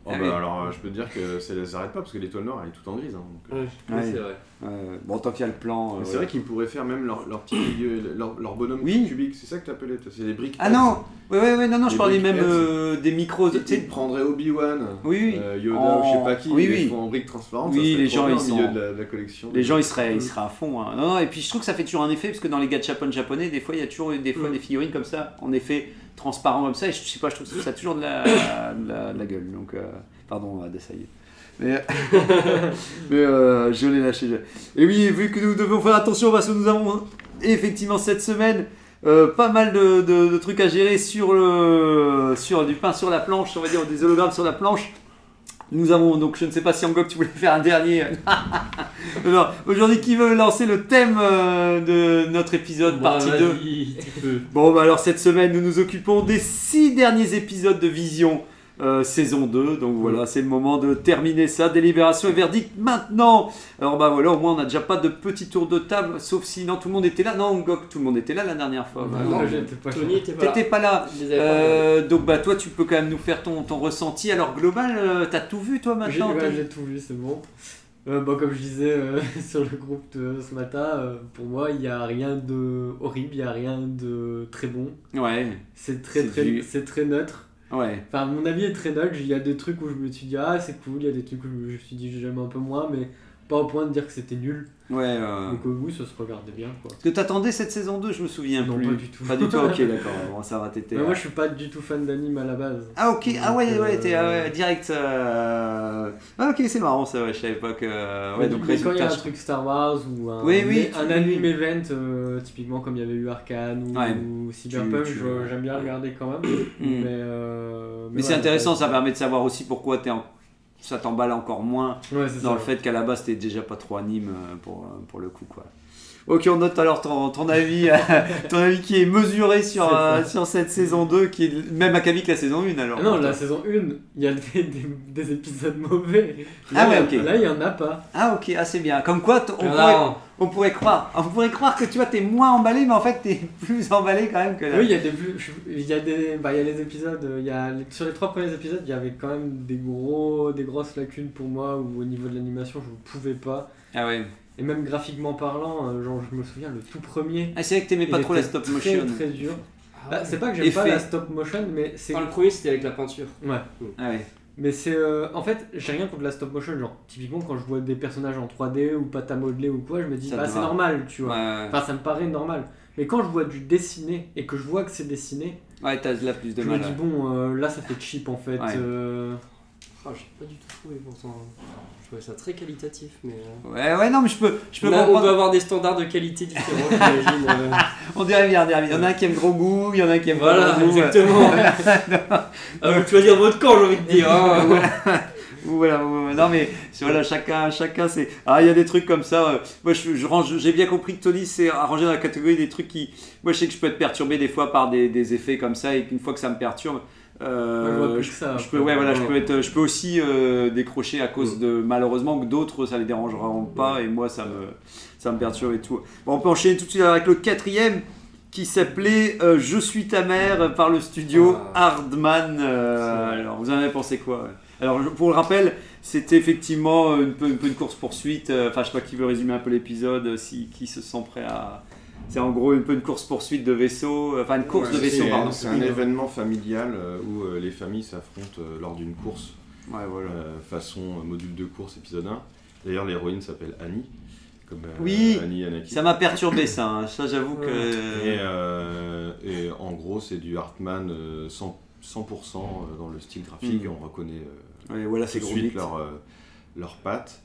D: Oh,
A: Ah
D: bah,
A: oui.
D: alors euh, je peux te dire que ça les arrête pas parce que l'étoile noire elle est toute en grise. hein, donc, euh.
B: Ouais,
A: Ouais.
B: c'est vrai.
A: euh, bon, tant qu'il y a le plan. euh,
D: Mais c'est
A: ouais.
D: vrai qu'ils pourraient faire même leur, leur petit milieu, leur, leur bonhomme
A: Oui.
D: cubique, c'est ça que t'appelais, toi, c'est des briques.
A: Ah non, ouais, ouais, ouais, non, non, je
D: Les
A: parlais
D: briquettes.
A: même euh, des micros.
D: Ils
A: Tu sais,
D: ils prendraient Obi-Wan,
A: Oui, oui.
D: euh, Yoda
A: En-
D: ou je sais pas qui,
A: Oui,
D: ils les
A: oui.
D: font en briques transparentes,
A: Oui,
D: ça serait
A: les
D: trop
A: gens,
D: bien
A: ils
D: au milieu
A: sont-
D: de la, de la collection.
A: Les gens, ils seraient, ils seraient à fond. hein. Non, non, et puis je trouve que ça fait toujours un effet, parce que dans les gachapon japonais, des fois, il y a toujours eu des, fois,
B: Mm.
A: des figurines comme ça, en effet, transparent comme ça, et je sais pas, je trouve que ça a toujours de la, de la, de la gueule. Donc, euh, pardon, euh, ça y est. Mais, mais euh, je l'ai lâché. je- Et oui, vu que nous devons faire attention, parce que nous avons effectivement cette semaine euh, pas mal de, de- de trucs à gérer sur, le, sur du pain sur la planche, on va dire, ou des hologrammes sur la planche. Nous avons donc, je ne sais pas si Angok, tu voulais faire un dernier. Alors, aujourd'hui, qui veut lancer le thème euh, de notre épisode,
C: Bah,
A: partie
C: vas-y,
A: 2
C: tu peux.
A: Bon, bah alors cette semaine, nous nous occupons des six derniers épisodes de Vision euh, saison 2. Donc voilà, c'est le moment de terminer ça. Délibération et verdict maintenant. Alors bah voilà, au moins on n'a déjà pas de petit tour de table, sauf si non, tout le monde était là. Non, Gok, tout le monde était là la dernière fois. Bah,
C: Non,
A: non,
C: j'étais pas
B: Tony
C: chaud.
B: était pas là.
A: T'étais pas là.
B: Je les avais pas regardés.
A: Euh, donc bah toi, tu peux quand même nous faire ton, ton ressenti. Alors global, euh, t'as tout vu toi
C: J'ai
A: maintenant
C: ouais,
A: Antoine
C: j'ai tout vu, c'est bon. Euh, bon, comme je disais euh, sur le groupe de ce matin, euh, pour moi, il n'y a rien de horrible, il n'y a rien de très bon.
A: Ouais,
C: C'est très,
A: C'est
C: très,
A: du-
C: c'est très neutre.
A: ouais.
C: Enfin, mon avis est très neutre. Il y a des trucs où je me suis dit, ah, c'est cool. Il y a des trucs où je me suis dit, j'aime un peu moins, mais pas au point de dire que c'était nul.
A: Ouais, euh,
C: Donc, euh, oui, ça se regardait bien, quoi.
A: Parce que t'attendais cette saison 2, je me souviens
C: Non,
A: plus.
C: pas du tout.
A: Pas du tout, ok, d'accord. Bon, ça va, t'étais.
C: Mais moi, je suis pas du tout fan d'anime à la base.
A: Ah, ok, ah ouais,
C: Donc,
A: ouais, t'es ah ouais,
C: euh,
A: direct. euh, Ah, ok, c'est marrant ça, ouais, je savais pas que. Ah Ouais,
C: Mais
A: donc
C: mais quand il y
A: résultat.
C: a un
A: je-
C: truc Star Wars ou un,
A: Oui, oui,
C: un
A: tu-
C: anime event, euh, typiquement comme il y avait eu Arkane ou,
A: Ouais.
C: ou Cyberpunk,
A: Tu- tu-
C: je- j'aime bien regarder quand même.
A: Hmm.
C: mais
A: Mais,
C: euh,
A: c'est
C: voilà,
A: intéressant,
C: ça-
A: ça permet de savoir aussi pourquoi t'es en- ça t'emballe encore moins
C: Ouais, c'est
A: dans
C: ça.
A: le fait qu'à la base t'es déjà pas trop anime euh, pour, euh, pour le coup, quoi. Ok, on note alors ton, ton avis, euh, ton avis qui est mesuré sur,
C: C'est ça.
A: euh, sur cette saison 2, qui est le même acabit que la saison 1 alors.
C: Ah non, la saison 1, il y a des, des- des épisodes mauvais.
A: Ah
C: Là,
A: ouais,
C: il y a-
A: ok.
C: Là, il y en a pas.
A: Ah ok, ah, c'est bien. Comme quoi, t- on
B: Il y en
A: pourrait,
B: a un.
A: on pourrait croire, on pourrait croire que tu vois, t'es moins emballé, mais en fait t'es plus emballé quand même que la...
C: Oui, il y a des plus- je- il y a des, bah, il y a les épisodes, euh, il y a les- sur les trois premiers épisodes, il y avait quand même des gros, des grosses lacunes pour moi où au niveau de l'animation, je pouvais pas.
A: Ah ouais.
C: Et même graphiquement parlant, euh, genre, je me souviens le tout premier.
A: Ah, c'est vrai que t'aimais
C: il
A: pas trop la
C: était
A: stop
C: très,
A: motion. Ah
C: Très dur. Bah, c'est pas que
A: Et
C: j'aime pas
A: fait.
C: la stop motion, mais c'est.
B: Enfin, le premier c'était avec la peinture.
C: Ouais.
A: Ah ouais.
C: Mais c'est. euh, En fait, j'ai rien contre la stop motion. Genre, typiquement, quand je vois des personnages en 3D ou pâte à modeler ou quoi, je me dis,
A: Ça
C: bah,
A: te
C: c'est
A: va.
C: normal, tu
A: Ouais,
C: vois.
A: ouais.
C: Enfin, ça me paraît normal. Mais quand je vois du dessiné et que je vois que c'est dessiné,
A: Ouais, t'as là plus de
C: je
A: mal.
C: me dis,
A: ouais.
C: bon, euh, là, ça fait cheap en fait.
A: Ouais.
C: euh,
B: Ah, j'ai pas du tout trouvé pourtant. Je trouvais ça très qualitatif, mais. euh,
A: Ouais, ouais, non, mais je peux, je peux
B: là, on
A: comprendre.
B: doit avoir des standards de qualité différents, j'imagine. euh.
A: On dirait bien, on dirait bien. Il y en a un qui aime gros goût, il y en a un qui aime pas
B: Voilà,
A: gros goût.
B: exactement. Ah, vous choisir votre camp, j'ai envie de dire. hein.
A: euh, Ou voilà, ou- non mais c'est- voilà, chacun, chacun c'est. Ah, il y a des trucs comme ça. euh, moi, je, je range. J'ai bien compris que Tony c'est arrangé dans la catégorie des trucs qui. Moi, je sais que je peux être perturbé des fois par des, des effets comme ça et qu'une fois que ça me perturbe, euh,
C: moi, je vois plus
A: je,
C: que
D: Ah,
C: ça.
A: je peux, ouais, voilà, je peux être, je peux aussi euh, décrocher à
D: Mm.
A: cause de malheureusement que d'autres ça les dérangera pas et moi ça me, ça me perturbe et tout. Bon, on peut enchaîner tout de suite avec le quatrième qui s'appelait euh, Je suis ta mère par le studio
D: Ah.
A: Hardman. Euh, alors, vous en avez pensé quoi ouais Alors, je- pour le rappel, c'était effectivement euh, une peu une, peu une course-poursuite. euh, Enfin, je sais pas qui veut résumer un peu l'épisode, euh, si, qui se sent prêt à. C'est en gros un peu une course-poursuite de vaisseau, euh, enfin une course de
D: Ouais,
A: vaisseau,
D: c'est-
A: pardon.
D: C'est un événement familial euh, où euh, les familles s'affrontent euh, lors d'une course,
A: Ouais, voilà.
D: euh, façon euh, module de course épisode 1. D'ailleurs, l'héroïne s'appelle Annie, comme euh,
A: Oui.
D: Annie Anaki.
A: Ça m'a perturbé ça, hein. ça j'avoue que.
D: Et, euh, et en gros, c'est du Hartman euh, 100, 100% euh, dans le style graphique.
A: Mm.
D: Et on reconnaît euh,
A: Ouais, voilà,
D: tout
A: c'est
D: de
A: gros
D: suite
A: bite.
D: leurs euh, leurs pattes.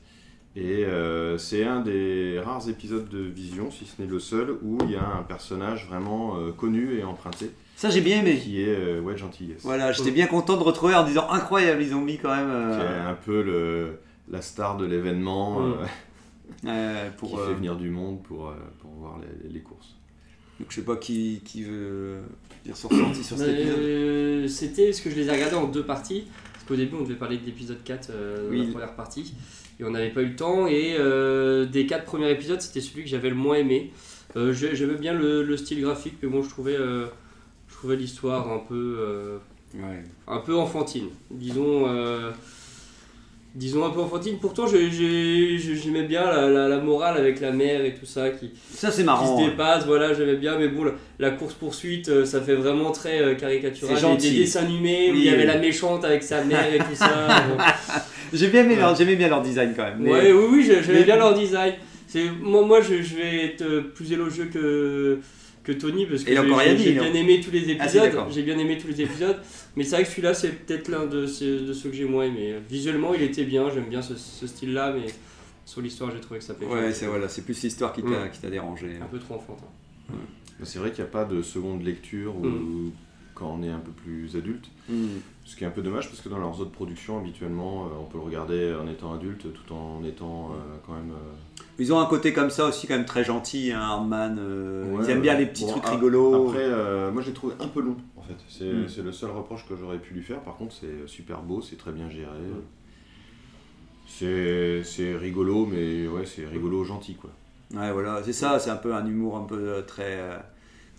D: Et euh, c'est un des rares épisodes de Vision, si ce n'est le seul, où il y a un personnage vraiment euh, connu et emprunté,
A: Ça j'ai bien aimé.
D: qui est euh, ouais, Gentillesse.
A: Voilà, j'étais bien content de retrouver en disant incroyable, ils ont mis quand même
D: qui est
A: euh,
D: un peu le, la star de l'événement
C: Mm.
D: euh,
A: euh,
D: qui
A: pour. euh,
D: fait venir du monde pour, euh, pour voir les, les courses.
A: donc je sais pas qui, qui veut dire son ressenti sur cet épisode.
B: Euh, C'était parce que je les ai regardés en deux parties. Parce qu'au début, on devait parler de l'épisode 4, euh, dans
A: Oui.
B: la première partie. Et on n'avait pas eu le temps. Et euh, des quatre premiers épisodes, c'était celui que j'avais le moins aimé. Euh, j'ai- J'aimais bien le, le style graphique, mais bon, je trouvais, euh, je trouvais l'histoire un peu. euh,
A: Ouais.
B: un peu enfantine, disons, euh, disons un peu enfantine. Pourtant, j'ai- j'ai- j'ai- j'aimais bien la, la- la morale avec la mère et tout ça qui, qui
A: Ça c'est
B: se
A: marrant. hein.
B: dépasse. Voilà, j'aimais bien, mais bon, la, course poursuite, ça fait vraiment très euh, caricatural.
A: C'est
B: Et
A: gentil.
B: Des dessins animés où
A: Oui,
B: il y avait
A: oui.
B: la méchante avec sa mère et tout ça. Bon.
A: J'ai bien aimé, leur,
B: Ouais.
A: j'aimais bien leur design quand même. mais-
B: Ouais, oui, oui, j'ai- j'aimais
A: mais-
B: bien leur design. C'est moi, moi, je, je vais être euh, plus élogieux que que Tony parce que
A: Il a
B: j'ai
A: encore rien
B: j'ai-
A: dit,
B: j'ai
A: il a-
B: bien aimé tous les
A: Ah, si,
B: épisodes.
A: d'accord.
B: j'ai bien aimé tous les épisodes, mais c'est vrai que celui-là, c'est peut-être l'un de, ceux- de ceux que j'ai moins aimé. Visuellement, il était bien. J'aime bien ce, ce style-là, mais sur l'histoire, j'ai trouvé que ça pêchait.
A: Ouais, c'est voilà, c'est plus l'histoire qui t'a
B: Ouais.
A: qui t'a dérangé.
B: Un peu trop hein. enfantin.
D: Mais C'est vrai qu'il n'y a pas de seconde lecture ou
B: Mm.
D: quand on est un peu plus adulte,
A: Hmm.
D: ce qui est un peu dommage parce que dans leurs autres productions, habituellement, euh, on peut le regarder en étant adulte tout en étant euh, quand même. euh,
A: Ils ont un côté comme ça aussi quand même très gentil, hein, Hardman. euh,
D: Ouais,
A: ils aiment bien
D: ouais.
A: les petits
D: Bon,
A: trucs
D: a-
A: rigolos.
D: Après, euh, moi, je l'ai trouvé un peu long en fait. C'est
A: Mm.
D: c'est le seul reproche que j'aurais pu lui faire. Par contre, c'est super beau, c'est très bien géré.
A: Hmm.
D: C'est c'est rigolo, mais ouais, c'est rigolo gentil quoi.
A: Ouais, voilà, c'est ça, c'est un peu un humour un peu euh, très, euh,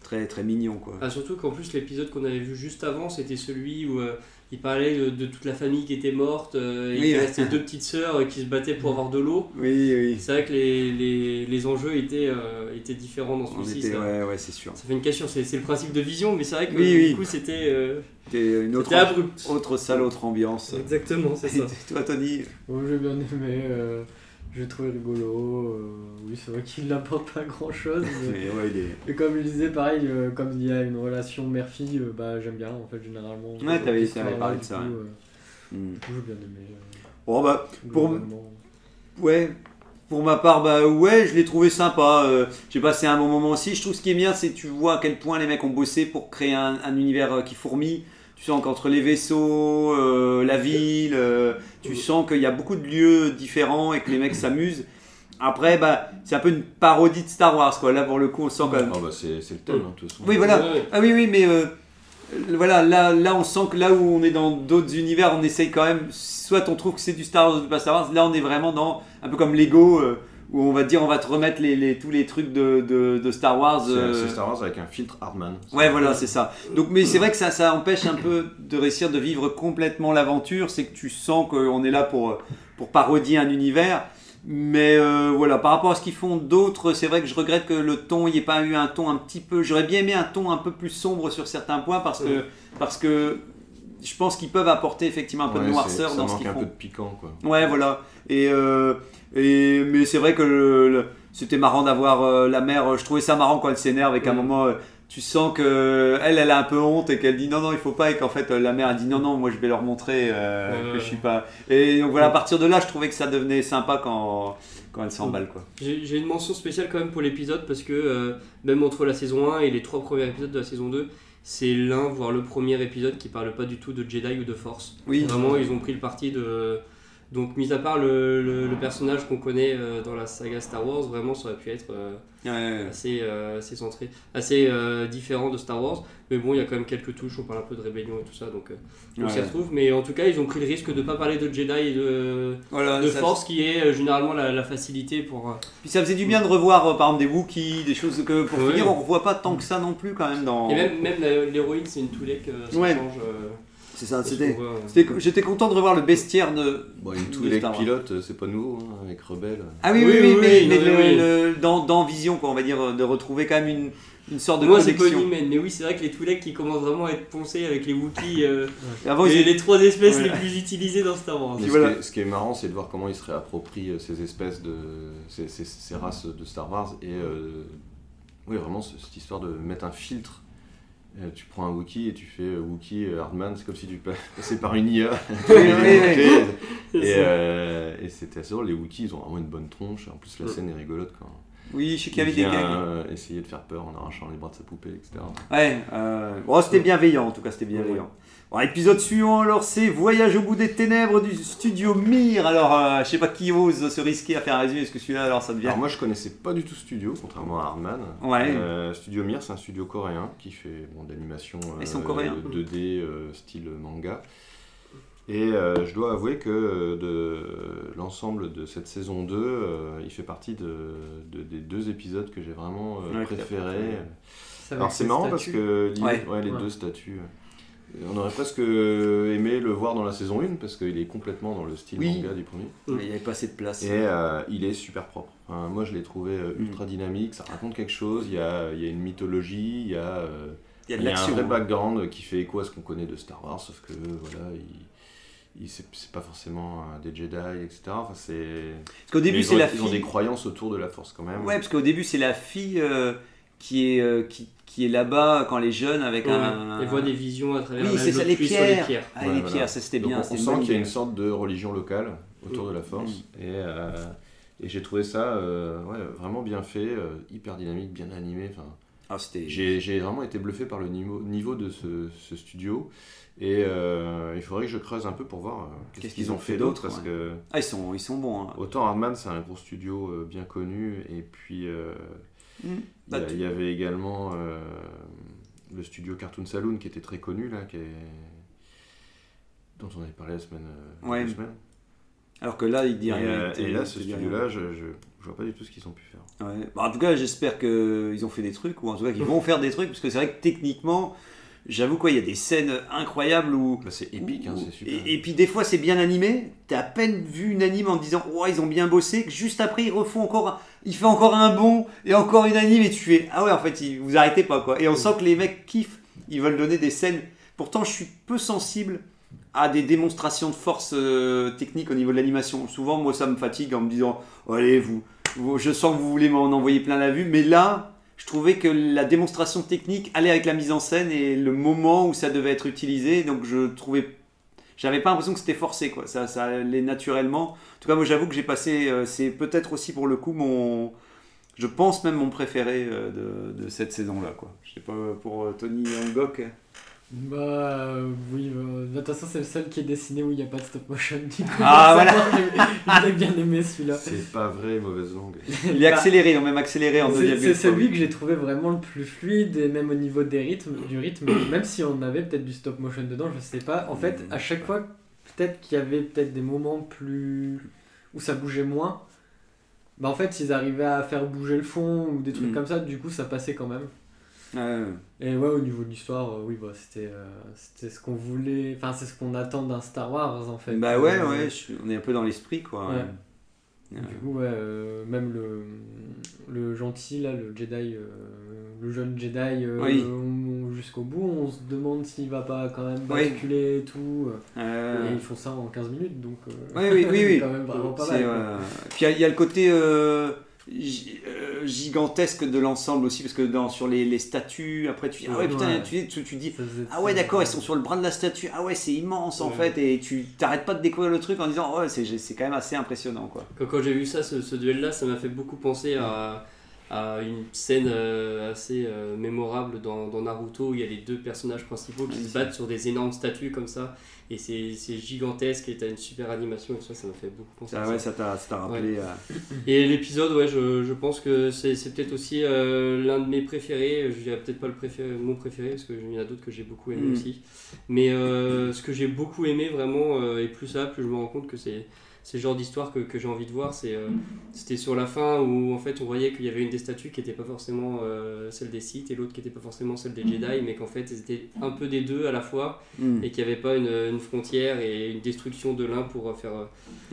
A: très, très mignon, quoi.
B: Ah, surtout qu'en plus, l'épisode qu'on avait vu juste avant, c'était celui où euh, il parlait de, de toute la famille qui était morte euh,
A: Oui,
B: et
A: Mm.
B: qu'il
A: ouais.
B: restait deux petites sœurs euh, qui se battaient pour avoir de l'eau.
A: Oui,
B: Et
A: oui.
B: C'est vrai que les, les, les enjeux étaient, euh, étaient différents dans
A: On
B: celui-ci.
A: était,
B: ça,
A: ouais, ouais, c'est sûr.
B: ça fait une cassure, c'est c'est le principe de vision, mais c'est vrai que
A: Oui,
B: du
A: oui.
B: coup c'était euh,
A: C'était une autre,
B: c'était abrupt.
A: autre salle, autre ambiance.
B: Exactement, c'est
A: Et
B: ça.
A: Toi, Tony,
C: Bon, Oh, j'ai bien aimé, euh, j'ai trouvé rigolo. euh, oui, c'est vrai qu'il n'apporte pas grand chose.
A: mais
C: Mais...
A: ouais, il est-
C: Et comme je disais, pareil, euh, comme il y a une relation mère-fille, euh, bah, j'aime bien en fait généralement.
A: Ouais, t'avais-
C: Cette
A: t'avais parlé de
C: histoire-là,
A: ça,
C: du
A: ouais.
C: coup, euh,
A: Hmm.
C: du coup, j'ai bien aimé. euh,
A: Bon, bah, Pour-
C: globalement.
A: ouais. Pour ma part, bah ouais, je l'ai trouvé sympa. euh, J'ai passé un bon moment aussi. Je trouve ce qui est bien, c'est que tu vois à quel point les mecs ont bossé pour créer un, un univers euh, qui fourmille. Tu sens qu'entre les vaisseaux, euh, la ville, euh, tu sens qu'il y a beaucoup de lieux différents et que les mecs s'amusent. Après, bah, c'est un peu une parodie de Star Wars, quoi. Là, pour le coup, on sent quand même Hmm.
D: Ah bah c'est c'est le thème hein, de toute façon.
A: Oui, voilà.
B: Ouais, ouais.
A: Ah oui, oui, mais euh, euh, voilà, là, là, on sent que là où on est dans d'autres univers, on essaye quand même. Soit on trouve que c'est du Star Wars ou du pas Star Wars. Là, on est vraiment dans un peu comme Lego, euh, où on va dire, on va te remettre les, les- tous les trucs de, de- de Star Wars.
D: C'est
A: euh,
D: c'est Star Wars avec un filtre Hardman.
A: Ouais, voilà, c'est ça. Donc, mais c'est vrai que ça, ça empêche un peu de réussir de vivre complètement l'aventure. C'est que tu sens qu'on est là pour, pour parodier un univers. Mais euh, voilà, par rapport à ce qu'ils font d'autres, c'est vrai que je regrette que le ton, il n'y ait pas eu un ton un petit peu. J'aurais bien aimé un ton un peu plus sombre sur certains points parce que, parce que je pense qu'ils peuvent apporter effectivement un peu de noirceur dans ce qu'ils
D: un peu
A: font.
D: de piquant, quoi.
A: Ouais, voilà. Et, euh, et mais c'est vrai que le- le- c'était marrant d'avoir euh, la mère. euh, Je trouvais ça marrant quand elle s'énerve et qu'à un
B: Mm.
A: moment, euh, tu sens que elle, elle a un peu honte et qu'elle dit non, non, il faut pas. Et qu'en fait, euh, la mère a dit non, non, moi je vais leur montrer euh,
B: Ouais,
A: que
B: ouais, Mm.
A: je suis pas. Et donc voilà, à partir de là, je trouvais que ça devenait sympa quand quand elle
B: Mm.
A: s'emballe quoi.
B: J'ai j'ai une mention spéciale quand même pour l'épisode parce que euh, même entre la saison 1 et les trois premiers épisodes de la saison 2, c'est l'un, voire le premier épisode qui parle pas du tout de Jedi ou de Force.
A: Oui.
B: Vraiment, ils ont pris le parti de. Donc, mis à part le, le- le personnage qu'on connaît euh, dans la saga Star Wars, vraiment, ça aurait pu être euh,
A: Ouais.
B: assez, euh, assez centré, assez euh, différent de Star Wars. Mais bon, il y a quand même quelques touches, on parle un peu de rébellion et tout ça, donc euh, on s'y
A: Ouais.
B: retrouve. Mais en tout cas, ils ont pris le risque de pas parler de Jedi et de,
A: Voilà,
B: de
A: Ah, ça-
B: Force, qui est euh, généralement la, la facilité pour. euh,
A: Puis ça faisait du bien de revoir euh, par exemple des Wookiees, des choses que pour
B: Ouais.
A: finir on revoit pas tant que ça non plus quand même dans.
B: Et même, même la- l'héroïne, c'est une Toulek, euh, ça
A: Ouais.
B: change. euh,
A: C'est ça,
B: parce
A: c'était.
B: qu'on voit, euh,
A: c'était- J'étais content de revoir le bestiaire de,
D: Bon, une
A: De
D: tous les
A: Star Wars.
D: pilotes, euh, c'est pas nouveau, hein, avec Rebelle.
A: Ah oui, oui,
B: Oui,
A: oui,
B: oui,
A: mais,
B: oui,
A: mais
B: oui,
A: le-
B: oui.
A: le- dans, dans Vision, quoi, on va dire, de retrouver quand même une, une sorte de
B: Moi, c'est pas une
A: connexion.
B: humaine, mais oui, c'est vrai que les Twi'lek qui commencent vraiment à être poncés avec les Wookiees, euh,
A: Avant,
B: les,
A: ils-
B: les trois espèces
A: Ah Ouais.
B: les plus utilisées dans Star Wars.
D: Mais
A: Puis
D: ce,
A: voilà.
D: qui est, ce qui est marrant, c'est de voir comment ils se réapproprient euh, ces espèces de. ces, ces- ces races de Star Wars. Et euh, oui, vraiment, ce- cette histoire de mettre un filtre. Euh, tu prends un Wookiee et tu fais euh, Wookiee euh, Hardman, c'est comme si tu pa- passais par une IA.
A: Oui, oui, oui.
D: Et, euh, et c'était assez drôle, les Wookiees ils ont vraiment une bonne tronche. En plus, la
B: Ouais.
D: scène est rigolote quand.
A: Oui, Mm. je sais qu'il y
D: Il
A: avait des
D: vient,
A: gags. hein.
D: euh, essayer de faire peur en arrachant les bras de sa poupée, etc.
A: Ouais, euh, bon, c'était bienveillant, en tout cas, c'était bienveillant. Bon, épisode suivant, alors, c'est Voyage au bout des ténèbres du studio Mir. Alors, euh, je sais pas qui ose se risquer à faire un résumé, parce que celui-là, alors, ça devient.
B: Ah.
D: Alors moi je connaissais pas du tout Studio, contrairement à Hardman.
A: Ouais.
D: Euh, studio Mir, c'est un studio coréen qui fait bon, de l'animation euh,
A: Ils sont coréens.
D: 2D euh, style manga. Et euh, je dois avouer que euh, de l'ensemble de cette saison 2, euh, il fait partie de, de- des deux épisodes que j'ai vraiment euh,
A: Ouais,
D: préférés.
C: Ça va
D: Alors
C: avec
D: c'est
C: les
D: marrant parce
C: statues.
D: que l'idée-
A: Ouais.
D: ouais, les
C: Ouais.
D: deux statues. euh, On aurait presque aimé le voir dans la saison 1 parce qu'il est complètement dans le style
A: Oui.
D: manga du premier.
A: Mais il n'y avait pas assez de place.
D: Et euh, il est super propre. Enfin, moi, je l'ai trouvé
A: Mm.
D: euh, ultra dynamique. Ça raconte quelque chose. Il y a, il y a une mythologie. Il y a, euh,
A: Il y a de
D: il y a un
A: l'action. hein.
D: vrai background qui fait écho à ce qu'on connaît de Star Wars. Sauf que voilà, il, il- c'est c'est pas forcément euh, des Jedi, etc. Enfin, c'est.
A: Parce qu'au
D: mais
A: début,
D: ils
A: c'est
D: ont-
A: la
D: Ils ont des
A: fille.
D: croyances autour de la Force quand même.
A: Ouais, parce qu'au début, c'est la fille euh, qui est, euh, qui, qui est là-bas quand les jeunes avec
B: Ouais,
A: un.
B: Elle euh, voit des visions à travers
A: Ah. Oui,
B: la-
A: c'est ça,
B: l'autre
A: les
B: puce sur
A: pierres.
B: les pierres.
A: Ah,
D: Ouais,
A: les
D: voilà.
A: pierres, ça c'était
D: Donc,
A: bien.
D: on-
A: c'était
D: on
A: une
D: sent
A: bonne
D: qu'il y a
A: idée.
D: une sorte de religion locale autour
B: Mm.
D: de la force. Et, euh, et j'ai trouvé ça euh, ouais, vraiment bien fait, euh, hyper dynamique, bien animé. Enfin,
A: Ah, c'était.
D: J'ai j'ai vraiment été bluffé par le niveau, niveau de ce, ce studio et euh, il faudrait que je creuse un peu pour voir euh, qu'est-ce qu'ils ont fait d'autre parce
A: ouais.
D: que
A: Ah, ils sont, ils sont bons. hein.
D: autant Hardman c'est un gros studio euh, bien connu et puis euh,
A: Mm.
D: il y
A: Bah,
D: a-
A: tu-
D: il y, avait également euh, le studio Cartoon Saloon qui était très connu là qui est- dont on avait parlé la semaine euh,
A: Ouais,
D: deux semaines.
A: Alors que là, il dit
D: et,
A: rien.
D: euh,
A: il te-
D: et là
A: il
D: ce
A: te dit
D: studio là
A: rien.
D: je, je, je vois pas du tout ce qu'ils ont pu faire
A: Ouais. Bah, en tout cas, j'espère qu'ils ont fait des trucs, ou en tout cas qu'ils vont faire des trucs, parce que c'est vrai que techniquement, j'avoue quoi, il y a des scènes incroyables où.
D: Bah, c'est épique hein,
A: où-
D: c'est super
A: Et, et puis des fois, c'est bien animé. T'as à peine vu une anime en disant, ouais, ils ont bien bossé, que juste après, ils refont encore. un- Il fait encore un bon, et encore une anime, et tu fais, ah ouais, en fait, ils- vous arrêtez pas, quoi. Et on sent que les mecs kiffent, ils veulent donner des scènes. Pourtant, je suis peu sensible à des démonstrations de force euh, technique au niveau de l'animation. Souvent, moi, ça me fatigue en me disant, allez, vous, vous- je sens que vous voulez m'en envoyer plein la vue, mais là, je trouvais que la démonstration technique allait avec la mise en scène et le moment où ça devait être utilisé, donc je trouvais, j'avais pas l'impression que c'était forcé, quoi. Ça, ça allait naturellement. En tout cas, moi, j'avoue que j'ai passé, euh, c'est peut-être aussi pour le coup mon, je pense même mon préféré euh, de, de cette saison-là, quoi. Je sais pas pour euh, Tony Hangok.
C: Bah euh, oui, bah, de toute façon c'est le seul qui est dessiné où il n'y a pas de stop motion. Du coup,
A: Ah,
C: forcément, j'ai- j'ai bien aimé celui-là.
D: c'est pas vrai mauvaise langue
A: Il est accéléré, ils ont même accéléré en
C: C'est
A: deuxième.
C: c'est celui que j'ai trouvé vraiment le plus fluide et même au niveau des rythmes, du rythme, même si on avait peut-être du stop motion dedans, je sais pas. En fait, à chaque fois, peut-être qu'il y avait peut-être des moments plus où ça bougeait moins. Bah en fait, ils arrivaient à faire bouger le fond ou des trucs
A: Mm.
C: comme ça, du coup ça passait quand même.
A: Ouais.
C: Et ouais, au niveau de l'histoire, euh, oui, bah c'était euh, c'était ce qu'on voulait, enfin c'est ce qu'on attend d'un Star Wars en fait.
A: Bah ouais,
C: Euh,
A: ouais, je suis- on est un peu dans l'esprit, quoi.
C: Ouais.
A: Ouais.
C: Du coup, ouais, euh, même le, le gentil, là, le Jedi, euh, le jeune Jedi, euh,
A: Oui.
C: on- on- jusqu'au bout, on se demande s'il va pas quand même
A: Oui.
C: basculer et tout.
A: Euh,
C: Et ils font ça en 15 minutes, donc euh,
A: Oui, oui, oui.
C: c'est
A: oui.
C: quand même vraiment pas
A: C'est,
C: mal. quoi.
A: euh, Puis il y a- il y, a le côté euh, gi- euh, gigantesque de l'ensemble aussi, parce que dans, sur les, les statues, après tu dis, ah ouais, putain,
C: Ouais.
A: tu, tu- tu dis,
C: Ça faisait-
A: ah ouais, d'accord, ils sont sur le bras de la statue, ah ouais, c'est immense en
B: Ouais.
A: fait, et tu t'arrêtes pas de découvrir le truc en disant, ouais, c'est c'est quand même assez impressionnant, quoi.
B: Quand, quand j'ai vu ça, ce, ce duel-là, ça m'a fait beaucoup penser à, à une scène euh, assez euh, mémorable dans, dans Naruto où il y a les deux personnages principaux qui
A: Oui,
B: se
A: c'est-
B: battent sur des énormes statues comme ça. Et c'est c'est gigantesque et t'as une super animation et tout ça, ça m'a fait beaucoup penser à
A: Ça,
B: ça.
A: Ah ouais, ça t'a ça t'a rappelé. euh,
B: Et l'épisode, ouais, je, je pense que c'est c'est peut-être aussi euh, l'un de mes préférés. Je dirais peut-être pas le préféré, mon préféré, parce qu'il y en a d'autres que j'ai beaucoup aimé
A: Mm.
B: aussi. Mais euh, ce que j'ai beaucoup aimé vraiment, euh, et plus ça, plus je me rends compte que c'est c'est le genre d'histoire que, que j'ai envie de voir. C'est, euh, C'était sur la fin où en fait on voyait qu'il y avait une des statues qui n'était pas forcément euh, celle des Sith et l'autre qui n'était pas forcément celle des Jedi, mais qu'en fait c'était un peu des deux à la fois
A: hmm,
B: et qu'il n'y avait pas une, une frontière et une destruction de l'un pour euh, faire. euh,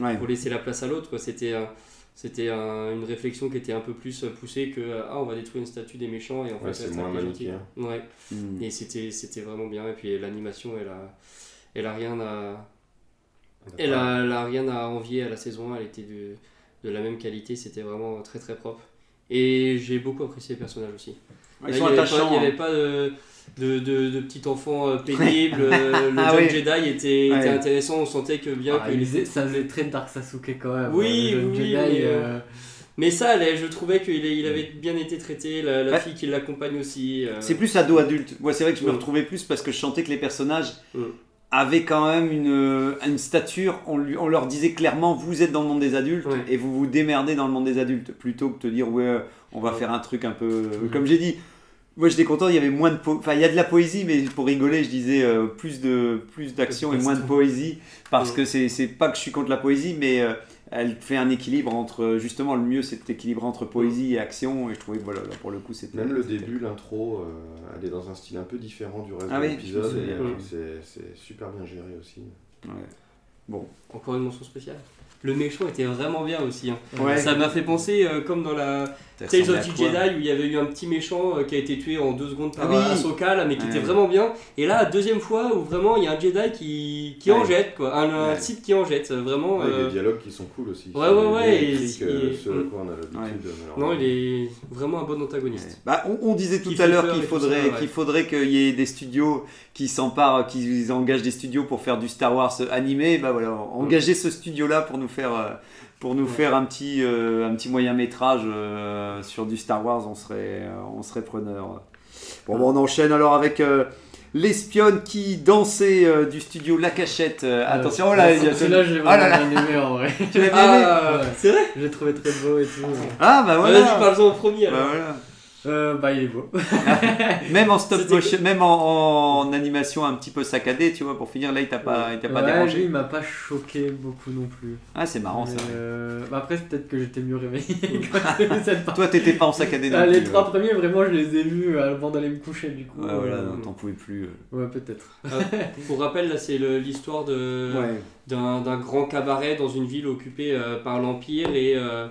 A: ouais.
B: pour laisser la place à l'autre. quoi. C'était un- c'était un- une réflexion qui était un peu plus poussée que euh, ah on va détruire une statue des méchants et en fait
D: Ouais,
B: la
D: c'est
B: statue
D: moins
B: des gentils.
D: manichéen. Mm.
B: Ouais.
A: hmm.
B: Et c'était c'était vraiment bien et puis l'animation elle a elle a rien à elle a, elle a rien à envier à la saison 1, elle était de, de la même qualité, c'était vraiment très très propre. Et j'ai beaucoup apprécié les personnages aussi.
A: Ouais, Ils
B: Là, Il
A: sont
B: n'y avait, pas-
A: attachants.
B: il y
A: hein.
B: avait pas de, de, de- de petit enfant euh, pénible. euh, le
A: Ah
B: jeune
A: oui.
B: Jedi était, était
A: Ouais.
B: intéressant, on sentait que bien
C: Ah,
B: que
C: il faisait- ça faisait très Dark Sasuke quand même.
B: Oui,
C: hein, le jeune
B: oui,
C: Jedi,
B: mais, euh,
C: euh,
B: Mais ça allait, je trouvais qu'il est- il avait bien été traité, la, la
A: Mm. Ouais.
B: fille qui l'accompagne aussi. euh,
A: C'est plus ado adulte. Moi, c'est vrai que je me
B: Mm.
A: retrouvais plus parce que je sentais que les personnages
B: Mm.
A: avaient quand même une, euh, une stature. On, lui- on leur disait clairement vous êtes dans le monde des adultes
B: Ouais.
A: et vous vous démerdez dans le monde des adultes plutôt que de te dire ouais euh, on va
B: Ouais.
A: faire un truc un peu euh,
C: Mm.
A: comme j'ai dit. Moi, j'étais content. Il y avait moins de po- enfin il y a de la poésie, mais pour rigoler, je disais euh, plus de plus d'action et moins de poésie parce
B: Mm.
A: que c'est c'est pas que je suis contre la poésie, mais euh, elle fait un équilibre entre justement le mieux c'est d'équilibrer entre poésie et action et je trouvais que voilà là, pour le coup c'était
D: Même le
A: c'était-
D: début, l'intro, euh, elle est dans un style un peu différent du reste
A: Ah
D: de
A: oui, Euh, je me
D: l'épisode. et,
A: souviens.
D: euh, c'est- C'est super bien géré aussi.
B: Encore une mention spéciale. Le méchant était vraiment bien aussi. hein.
A: Ouais.
B: Ça m'a fait penser, euh, comme dans la Tales of the Jedi, où il y avait eu un petit méchant euh, qui a été tué en deux secondes par
A: Ah oui.
B: un Ahsoka, là, mais qui
A: Ouais.
B: était vraiment bien. Et là, deuxième fois où vraiment il y a un Jedi qui, qui en
A: Ouais.
B: jette, quoi. Un, un
D: Ouais.
B: Sith qui en jette, euh, vraiment.
D: Ouais, et
B: euh,
D: Les dialogues qui sont cool aussi.
B: Ouais,
D: C'est
B: ouais, ouais,
D: des
B: et-
D: répliques, euh,
B: et-
D: ce à
B: mm.
D: quoi on a l'habitude. malheureusement.
B: Non, il est vraiment un bon antagoniste.
A: Bah, on, on disait tout
B: Qui
A: à
B: fait
A: l'heure
B: peur
A: qu'il
B: et tout ça,
A: faudrait
B: ouais.
A: qu'il faudrait qu'il y ait des studios qui s'emparent, qui engagent des studios pour faire du Star Wars animé. Bah voilà, engager ce studio-là pour nous faire euh, pour nous
B: Mm. Ouais.
A: faire un petit euh, un petit moyen métrage euh, sur du Star Wars, on serait euh, on serait preneur. Bon, bah, on enchaîne alors avec. euh, L'espionne qui dansait euh, du studio La Cachette. Euh, attention, oh là, il y a
C: celui-là, j'ai
A: Oh là là.
C: vraiment bien aimé en vrai.
A: tu l'as bien aimé
B: Ah,
C: Ouais.
B: c'est vrai
C: J'ai trouvé très beau et tout. ouais.
A: Ah, bah voilà.
B: Vas-y, parle-en en premier. alors.
A: Bah, voilà.
C: Euh, bah, il est beau.
A: Même en stop
B: C'était-
A: motion, même en, en animation un petit peu saccadée, tu vois, pour finir là, il t'a pas, il t'a pas
C: Ouais, lui,
A: dérangé.
C: il m'a pas choqué beaucoup non plus.
A: Ah, c'est marrant ça.
C: Mais, euh, bah, après, c'est peut-être que j'étais mieux réveillé quand j'ai vu cette partie.
A: Toi, t'étais pas en saccadé non
C: Ah,
A: plus,
C: les
A: ouais.
C: trois premiers, vraiment, je les ai vus euh, avant d'aller me coucher du coup.
A: Ouais, voilà, non, t'en pouvais plus. euh.
C: Ouais, peut-être.
B: Pour rappel, là, c'est le- l'histoire de. d'un d'un grand cabaret dans une ville occupée euh, par l'Empire et, euh,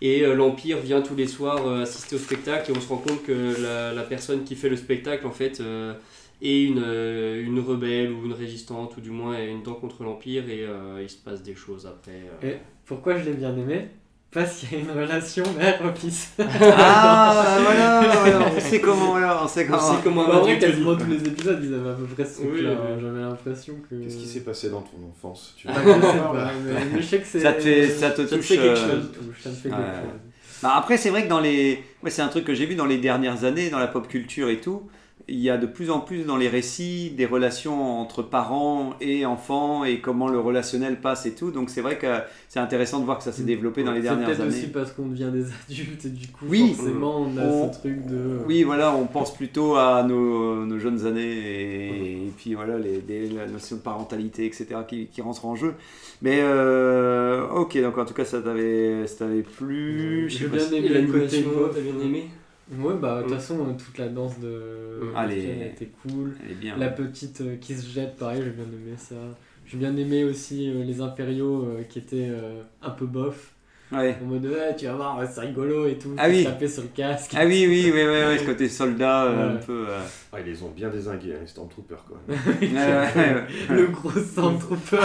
B: et euh, l'Empire vient tous les soirs euh, assister au spectacle et on se rend compte que la, la personne qui fait le spectacle en fait euh, est une, euh, une rebelle ou une résistante ou du moins est une dent contre l'Empire et euh, il se passe des choses après. euh.
C: Et pourquoi je l'ai bien aimé Parce qu'il y a une relation mère-fils.
A: Ah, bah, voilà, voilà, on sait comment, voilà, on sait
B: On
A: comment.
B: sait comment
C: en vrai,
B: adulte dit.
C: quasiment tous les épisodes, ils avaient à peu près ce
B: Oui,
C: truc-là. hein.
B: oui.
C: J'avais l'impression que.
D: Qu'est-ce qui s'est passé dans ton enfance tu
C: Bah,
A: Ah.
D: vois
C: je sais pas, mais, mais je sais que c'est.
A: Ça te, fait- ça te
B: Ça te
A: touche.
B: fait quelque
A: euh,
B: chose.
C: Ça me fait quelque
A: Ouais.
C: chose.
A: Bah, après, c'est vrai que dans les. ouais, c'est un truc que j'ai vu dans les dernières années, dans la pop culture et tout. Il y a de plus en plus dans les récits des relations entre parents et enfants et comment le relationnel passe et tout. Donc c'est vrai que c'est intéressant de voir que ça s'est développé dans les
C: Mm. C'est
A: dernières
C: peut-être
A: années.
C: aussi parce qu'on devient des adultes et du coup,
A: Oui.
C: forcément, on a
A: On-
C: ce truc de. euh,
A: Oui, voilà, on pense plutôt à nos, nos jeunes années et, et puis voilà, les, des- la notion de parentalité, etc., qui, qui rentre en jeu. Mais euh, ok, donc en tout cas, ça t'avait ça t'avait plu. je sais
C: J'ai
A: pas
C: bien
A: si-
B: Et
C: aimé le côté
B: l'animation,
C: beau.
B: t'as bien aimé
C: Ouais, bah, de toute
B: Mm.
C: façon, euh, toute la danse de.
B: Mm.
C: de
A: Allez.
C: Fiona était cool.
A: Elle est bien.
C: La petite euh, qui se jette, pareil, j'ai bien aimé ça. J'ai bien aimé aussi euh, les impériaux euh, qui étaient euh, un peu bof.
A: Ouais.
C: En mode, ouais, tu vas voir, c'est rigolo et tout.
A: Ah
C: tu
A: oui.
C: tapais sur le casque.
A: Ah oui, oui, oui, oui, oui, ce côté soldat, euh,
C: Ouais.
A: un peu. euh,
D: Ah, ils les ont bien désingués, hein, les Stormtroopers, quoi.
A: ouais, ouais, ouais, ouais.
C: Le gros Stormtrooper.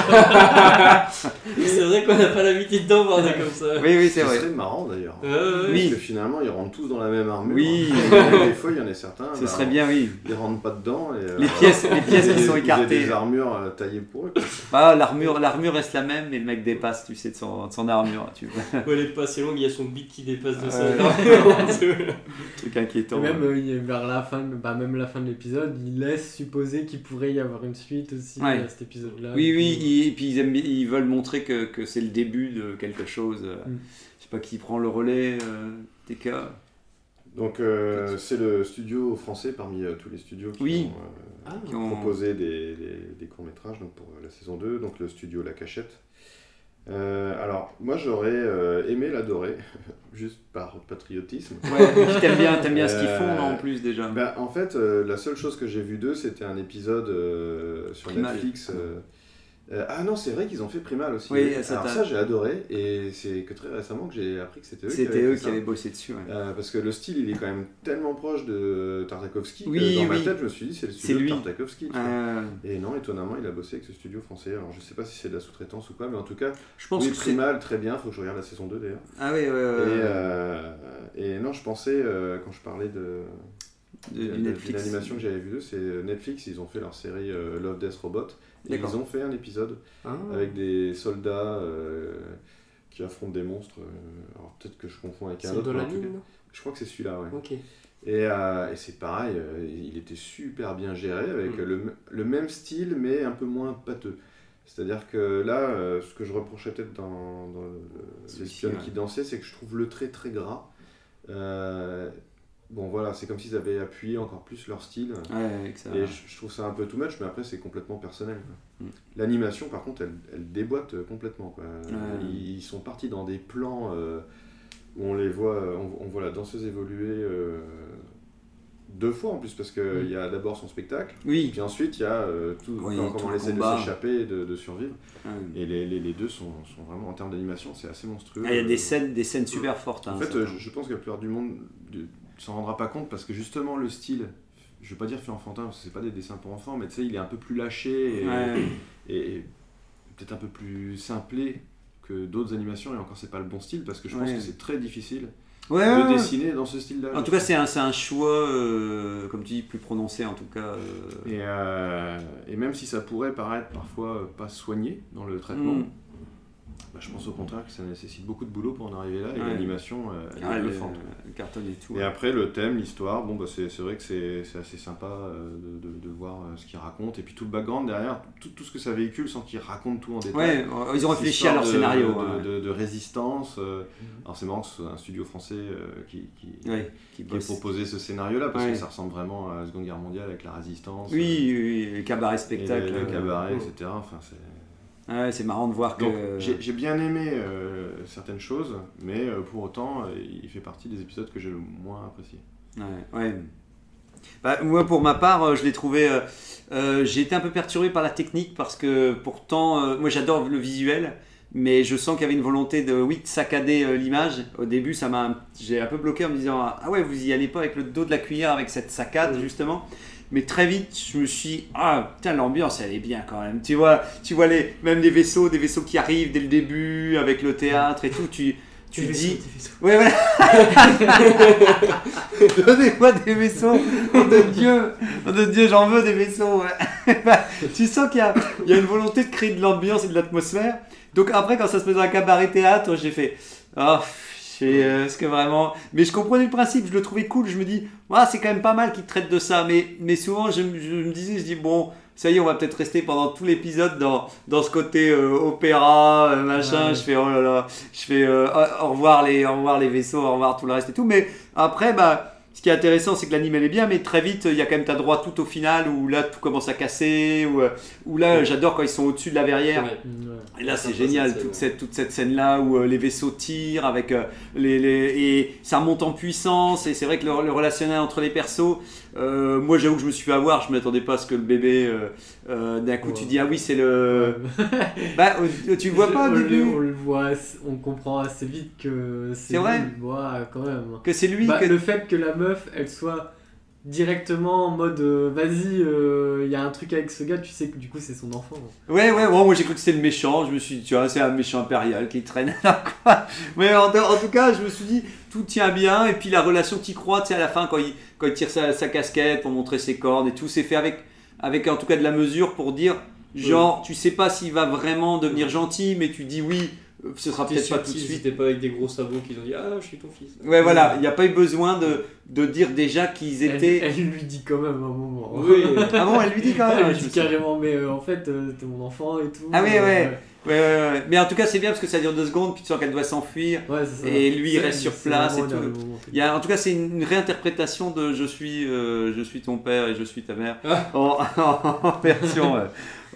B: C'est vrai qu'on n'a pas l'habitude d'en voir des comme ça.
A: Oui, oui, c'est
D: C'est
A: vrai.
D: très marrant, d'ailleurs. hein.
B: Euh,
A: Oui.
D: Parce que finalement, ils rentrent tous dans la même armure. hein.
A: Oui.
D: Des fois, il y en a certains.
A: Ce
D: bah,
A: serait bien, oui.
D: Ils rentrent pas dedans. Et, euh,
A: Les pièces, les pièces
D: ils-
A: qui sont
D: ils- ils avaient
A: écartées.
D: des armures euh, taillées pour eux. quoi.
A: Bah, l'armure, l'armure reste la même, mais le mec dépasse, tu sais, de son, de son armure. Tu vois,
B: ouais, elle est pas assez longue, il y a son bit qui dépasse de ça.
A: Ouais.
C: Ah,
A: truc inquiétant.
C: Et même
A: ouais.
C: euh, il y a- vers la fin, de- bah, même la fin de l'épisode, il laisse supposer qu'il pourrait y avoir une suite aussi
A: Ouais.
C: à cet épisode-là.
A: Oui, oui, ils- et puis ils, aiment bien- ils veulent montrer que, que c'est le début de quelque chose. euh,
C: Mm.
A: Je sais pas qui prend le relais, euh, TK.
D: Donc, euh, c'est le studio français parmi euh, tous les studios qui
A: Oui.
D: ont, euh,
A: qui ont-
D: proposé des, des- des courts-métrages donc pour euh, la saison 2, donc le studio La Cachette. Euh, alors, moi j'aurais euh, aimé l'adorer, juste par patriotisme.
A: Ouais, et puis t'aimes bien, t'aimes bien ce qu'ils
D: Euh,
A: font là, en plus déjà.
D: Bah, en fait, euh, la seule chose que j'ai vue d'eux, c'était un épisode euh, sur
A: Primal.
D: Netflix. euh, euh, ah non, c'est vrai qu'ils ont fait Primal aussi.
A: Oui, ça
D: Alors
A: t'a-
D: ça, j'ai adoré, et c'est que très récemment que j'ai appris que c'était eux
A: C'était
D: fait
A: eux E qui
D: ça.
A: avaient bossé dessus. ouais.
D: Euh, parce que le style, il est quand même tellement proche de Tartakovsky
A: Oui,
D: que dans
A: oui.
D: ma tête, je me suis dit, c'est le
A: C'est
D: studio
A: lui.
D: de Tartakovsky. tu vois.
A: Euh,
D: Et non, étonnamment, il a bossé avec ce studio français. Alors, je sais pas si c'est de la sous-traitance ou quoi, mais en tout cas,
A: je pense
D: oui,
A: que c'est.
D: Primal, très bien. Faut que je regarde la saison 2 d'ailleurs.
A: Ah oui, ouais, ouais,
D: Et,
A: ouais.
D: euh, et non, je pensais, euh, quand je parlais de,
A: de,
D: de-
A: du Netflix.
D: d'une animation que j'avais vue d'eux, c'est Netflix, ils ont fait leur série euh, Love, Death, Robot. Et
A: D'accord.
D: ils ont fait un épisode
B: Ah.
D: avec des soldats euh, qui affrontent des monstres. euh, alors, peut-être que je confonds avec un
B: C'est
D: autre.
B: dans
D: mais
B: la
D: en tout
B: mine,
D: cas-
B: non
D: Je crois que c'est celui-là, ouais.
B: Ok.
D: Et, euh, et c'est pareil, euh, il était super bien géré avec
B: Mm.
D: le, m- le même style mais un peu moins pâteux. C'est-à-dire que là, euh, ce que je reprochais peut-être dans, dans le- les
A: Celui-ci,
D: Spionnes
A: ouais.
D: qui dansaient, c'est que je trouve le trait très gras. Euh, bon voilà, c'est comme s'ils avaient appuyé encore plus leur style.
A: Ouais, que ça-
D: Et je, je trouve ça un peu too much, mais après c'est complètement personnel. quoi.
A: Mm.
D: L'animation, par contre, elle, elle déboîte euh, complètement. quoi. Ils, ils sont partis dans des plans euh, où on les voit, euh, on, on voit la danseuse évoluer euh, deux fois en plus, parce qu'il il y a d'abord son spectacle, et
A: Oui.
D: puis ensuite il y a euh, tout,
A: Mm. Oui,
D: quand-
A: tout
D: comment
A: le
D: elle essaie de
A: combat.
D: s'échapper et de, de survivre.
A: Ouais.
D: Et les, les- les deux sont, sont vraiment, en termes d'animation, c'est assez monstrueux.
A: Ah, Il y a
D: Euh,
A: des scènes, des scènes super fortes. hein,
D: en fait,
A: ça.
D: euh, je, je pense que la plupart du monde du- s'en rendra pas compte parce que justement le style, je vais pas dire fait enfantin parce que c'est pas des dessins pour enfants, mais tu sais, il est un peu plus lâché et, euh,
A: Ouais.
D: et- et peut-être un peu plus simplé que d'autres animations et encore c'est pas le bon style parce que je pense
A: Ouais.
D: que c'est très difficile
A: Ouais, ouais,
D: de
A: ouais.
D: dessiner dans ce style-là.
A: En tout cas, c'est un, c'est un choix, euh, comme tu dis, plus prononcé en tout cas. euh.
D: Et, euh, et même si ça pourrait paraître parfois euh, pas soigné dans le traitement,
A: Mm.
D: bah, je pense au contraire que ça nécessite beaucoup de boulot pour en arriver là et
A: Ouais.
D: l'animation, euh, elle est
A: Ouais, le,
D: bluffante.
A: le carton et tout.
D: Et
A: ouais.
D: après, le thème, l'histoire, bon, bah, c'est c'est vrai que c'est c'est assez sympa euh, de, de- de voir euh, ce qu'il raconte. Et puis tout le background derrière, tout, tout ce que ça véhicule sans qu'il raconte tout en détail.
A: Ouais, euh, ils ont
D: Cette
A: réfléchi à
D: histoire
A: leur
D: de-
A: scénario.
D: De,
A: hein.
D: de- de résistance. euh, Alors c'est marrant que ce soit un studio français euh, qui, qui,
A: Ouais, qui
D: qui ait
A: bossent.
D: proposé ce scénario-là, parce
A: Ouais.
D: que ça ressemble vraiment à la Seconde Guerre mondiale avec la résistance.
A: Oui, oui, oui, cabaret
D: euh, et
A: spectacle.
D: le, le
A: euh,
D: cabaret,
A: ouais.
D: etc. Enfin, c'est-
A: Ouais, c'est marrant de voir que.
D: Donc j'ai j'ai bien aimé euh, certaines choses, mais euh, pour autant, euh, il fait partie des épisodes que j'ai le moins apprécié.
A: Ouais, ouais. Bah, moi, pour ma part, euh, je l'ai trouvé. euh, euh, j'ai été un peu perturbé par la technique parce que pourtant, euh, moi j'adore le visuel, mais je sens qu'il y avait une volonté de, oui, de saccader euh, l'image. Au début, ça m'a, j'ai un peu bloqué en me disant Ah ouais, vous y allez pas avec le dos de la cuillère, avec cette saccade, justement. Mais très vite, je me suis dit, ah putain, l'ambiance elle est bien quand même. Tu vois, tu vois les, même les vaisseaux, des vaisseaux qui arrivent dès le début avec le théâtre et tout. Tu, tu
C: Tes
A: te
C: vaisseaux,
A: dis,
C: tes vaisseaux.
A: Ouais, voilà. Donnez-moi des vaisseaux. Nom de Dieu. Nom de Dieu, j'en veux des vaisseaux. ouais. Bah, tu sens qu'il y a, il y a une volonté de créer de l'ambiance et de l'atmosphère. Donc après, quand ça se passe dans un cabaret théâtre, j'ai fait... Oh, je sais, euh, est-ce que vraiment... Mais je comprenais le principe, je le trouvais cool. Je me dis, ouais, c'est quand même pas mal qu'ils traitent de ça. Mais, mais souvent, je, me- je me disais, je dis, bon... Ça y est, on va peut-être rester pendant tout l'épisode dans, dans ce côté euh, opéra, euh, machin.
C: Ouais.
A: Je fais, oh là là, je fais euh, au au revoir les au revoir les vaisseaux, au revoir tout le reste et tout. Mais après, bah, ce qui est intéressant, c'est que l'anime elle est bien, mais très vite, il y a quand même ta droite tout au final où là tout commence à casser, ou, euh, où là j'adore quand ils sont au-dessus de la verrière.
B: Ouais.
A: Et là, c'est
B: Sympa,
A: génial,
B: ça,
A: toute
B: c'est-
A: cette, toute cette scène-là où euh, les vaisseaux tirent, avec, euh, les, les- et ça monte en puissance, et c'est vrai que le, le relationnel entre les persos, euh, moi j'avoue que je me suis fait avoir, je m'attendais pas à ce que le bébé, euh, euh, d'un coup
C: Ouais.
A: tu dis, ah oui, c'est le... Bah, euh, tu le vois pas
C: on,
A: au
C: le-
A: début
C: on le voit, assez- on comprend assez vite que
A: C'est vrai
C: lui, ouah, quand même.
A: que c'est lui
C: Bah,
A: que...
C: Le fait que la meuf, elle soit directement en mode euh, vas-y, il y a un truc avec ce gars, tu sais que du coup c'est son enfant.
A: Ouais, ouais, bon, moi j'ai cru que c'était le méchant. Je me suis dit, tu vois, c'est un méchant impérial qui traîne là, quoi. Mais en, en tout cas, je me suis dit, tout tient bien. Et puis la relation qui croît, tu sais, à la fin, quand il, quand il tire sa, sa casquette pour montrer ses cornes et tout, c'est fait avec, avec en tout cas de la mesure pour dire, genre, tu sais pas s'il va vraiment devenir gentil, mais tu dis oui, euh, ce sera
B: C'était
A: peut-être pas tout de
B: subtil,
A: suite.
B: C'était pas avec des gros sabots qu'ils ont dit Ah, je suis ton fils.
A: Ouais, voilà, il n'y a pas eu besoin de, de dire déjà qu'ils
C: Elle,
A: étaient.
C: elle lui dit quand même un moment.
B: Oui,
A: Ah bon, elle lui dit quand même.
C: Elle lui
A: je
C: dit
A: me souviens.
C: carrément, mais euh, en fait, euh, t'es mon enfant et tout.
A: Ah oui,
C: euh,
A: ouais. Ouais, ouais, ouais. Mais en tout cas, c'est bien parce que ça dure deux secondes, puis tu sens qu'elle doit s'enfuir.
C: Ouais, c'est ça.
A: Et lui, il
C: C'est-
A: reste sur
C: c'est
A: place
C: vraiment
A: et tout.
C: le moment.
A: Il y a- en tout cas, c'est une une réinterprétation de Je suis, euh, je suis ton père et je suis ta mère
B: Ah.
A: en, en version, euh,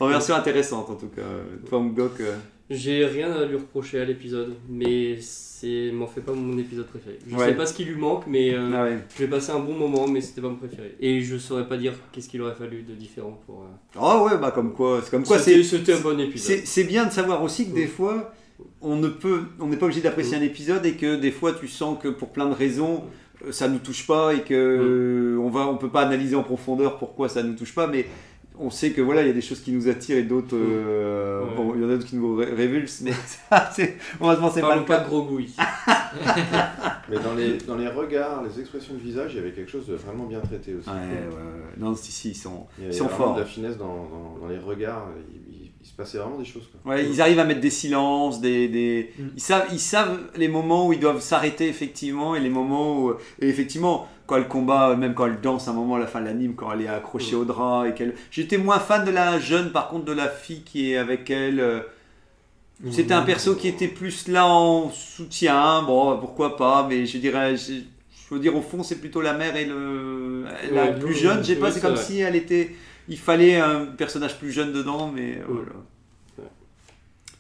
A: en version intéressante en tout cas. Tom Gok. euh.
B: J'ai rien à lui reprocher à l'épisode, mais c'est m'en fait pas mon épisode préféré. Je
A: Ouais.
B: sais pas ce qui lui manque, mais euh,
A: Ah ouais.
B: j'ai passé un bon moment, mais c'était pas mon préféré. Et je saurais pas dire qu'est-ce qu'il aurait fallu de différent pour. euh,
A: Oh ouais, bah comme quoi, c'est comme quoi,
B: C'était
A: c'est
B: c'était un bon épisode.
A: c'est- c'est bien de savoir aussi que des
B: Mm.
A: fois, on ne peut, on n'est pas obligé d'apprécier un épisode et que des fois, tu sens que pour plein de raisons, euh, ça nous touche pas et que euh, on va, on peut pas analyser en profondeur pourquoi ça nous touche pas, mais on sait que voilà, il y a des choses qui nous attirent et d'autres, euh,
B: Ouais.
A: bon, il y en a d'autres qui nous ré- révulsent, mais ça, c'est, heureusement, c'est pas
B: Parlons
A: le cas.
B: pas de gros goûts ici.
D: Mais dans les, dans les regards, les expressions de visage, il y avait quelque chose de vraiment bien traité aussi.
A: Ouais, ouais, ouais. Non, si, si, ils sont,
D: Il y
A: ils
D: avait
A: sont
D: vraiment
A: forts.
D: de la finesse dans, dans, dans les regards. Il, il- il se passait vraiment des choses. Quoi.
A: Ouais, ils arrivent à mettre des silences, des, des...
C: Mm.
A: Ils, savent, ils savent les moments où ils doivent s'arrêter effectivement et les moments où... Et effectivement, quand elle combat, même quand elle danse à un moment à la fin de l'anime, quand elle est accrochée au drap et qu'elle... J'étais moins fan de la jeune par contre de la fille qui est avec elle. euh, C'était un perso qui était plus là en soutien, bon pourquoi pas, mais je dirais... Je, je veux dire au fond c'est plutôt la mère et le... La
B: Ouais,
A: plus
B: oui,
A: jeune, je sais
B: oui,
A: pas, c'est
B: c'est
A: comme
B: vrai.
A: si elle était... Il fallait un personnage plus jeune dedans, mais... euh, voilà.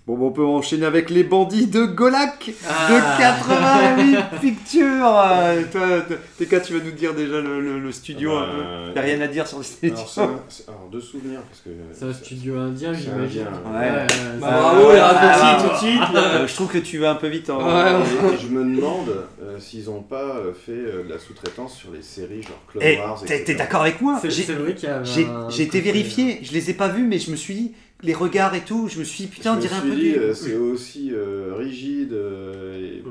A: Bon, bon, on peut enchaîner avec les bandits de Golak de 88 Pictures. Euh, toi, toi, TK, tu vas nous dire déjà le, le- le studio.
D: Ah
A: un peu.
D: bah,
A: T'as rien à dire sur le studio.
D: alors, c'est un- c'est- alors, deux souvenirs. Parce que,
C: C'est un studio indien,
D: C'est
C: j'imagine.
D: indien, ouais.
C: Ouais, ouais,
B: Bah,
D: Ah,
C: ça-
B: bravo, les raccourcis
A: ouais.
B: tout de suite. là.
A: Euh, je trouve que tu vas un peu vite. hein. En...
B: Ouais,
D: euh, Et- et je me demande euh, s'ils n'ont pas euh, fait euh, de la sous-traitance sur les séries genre Clone
A: Eh,
D: Wars.
A: t'es t'es
D: etc.
A: d'accord avec moi
C: C'est
A: J'ai-
C: c'est vrai qu'il y a.
A: j'ai-
C: un
A: J'ai été
C: côté-
A: vérifié. Je les ai pas vus, mais je me suis dit, les regards et tout, je me suis dit, putain, on
D: Je me
A: dirait un
D: suis
A: peu
D: dit,
A: du-
D: euh, c'est aussi euh, rigide euh, et,
B: Mm.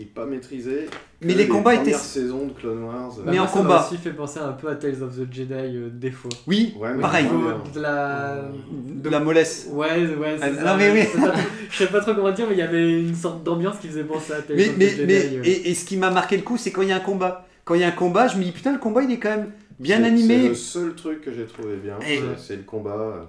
D: et- et pas maîtrisé.
A: Oh. Mais
D: que
A: les combats étaient-
D: premières saisons de Clone Wars.
C: Bah,
A: Mais
C: moi,
A: en
C: ça m'a
A: combat.
C: aussi fait penser un peu à Tales of the Jedi euh, des fois.
A: Oui,
D: Ouais, mais
A: Pareil.
D: c'est moins bien.
C: Faut de la...
A: de la mollesse.
C: Ouais, ouais, c'est
A: Ah,
C: ça,
A: non, mais oui.
C: c'est ça. Je sais pas trop comment dire, mais il y avait une sorte d'ambiance qui faisait penser à Tales
A: Mais,
C: of
A: mais,
C: the Jedi.
A: mais-
C: euh.
A: et, et ce qui m'a marqué le coup, c'est quand il y a un combat. Quand il y a un combat, je me dis putain, le combat il est quand même bien
D: C'est- C'est
A: animé.
D: le seul truc que j'ai trouvé bien,
A: Et-
D: c'est- c'est le combat. euh,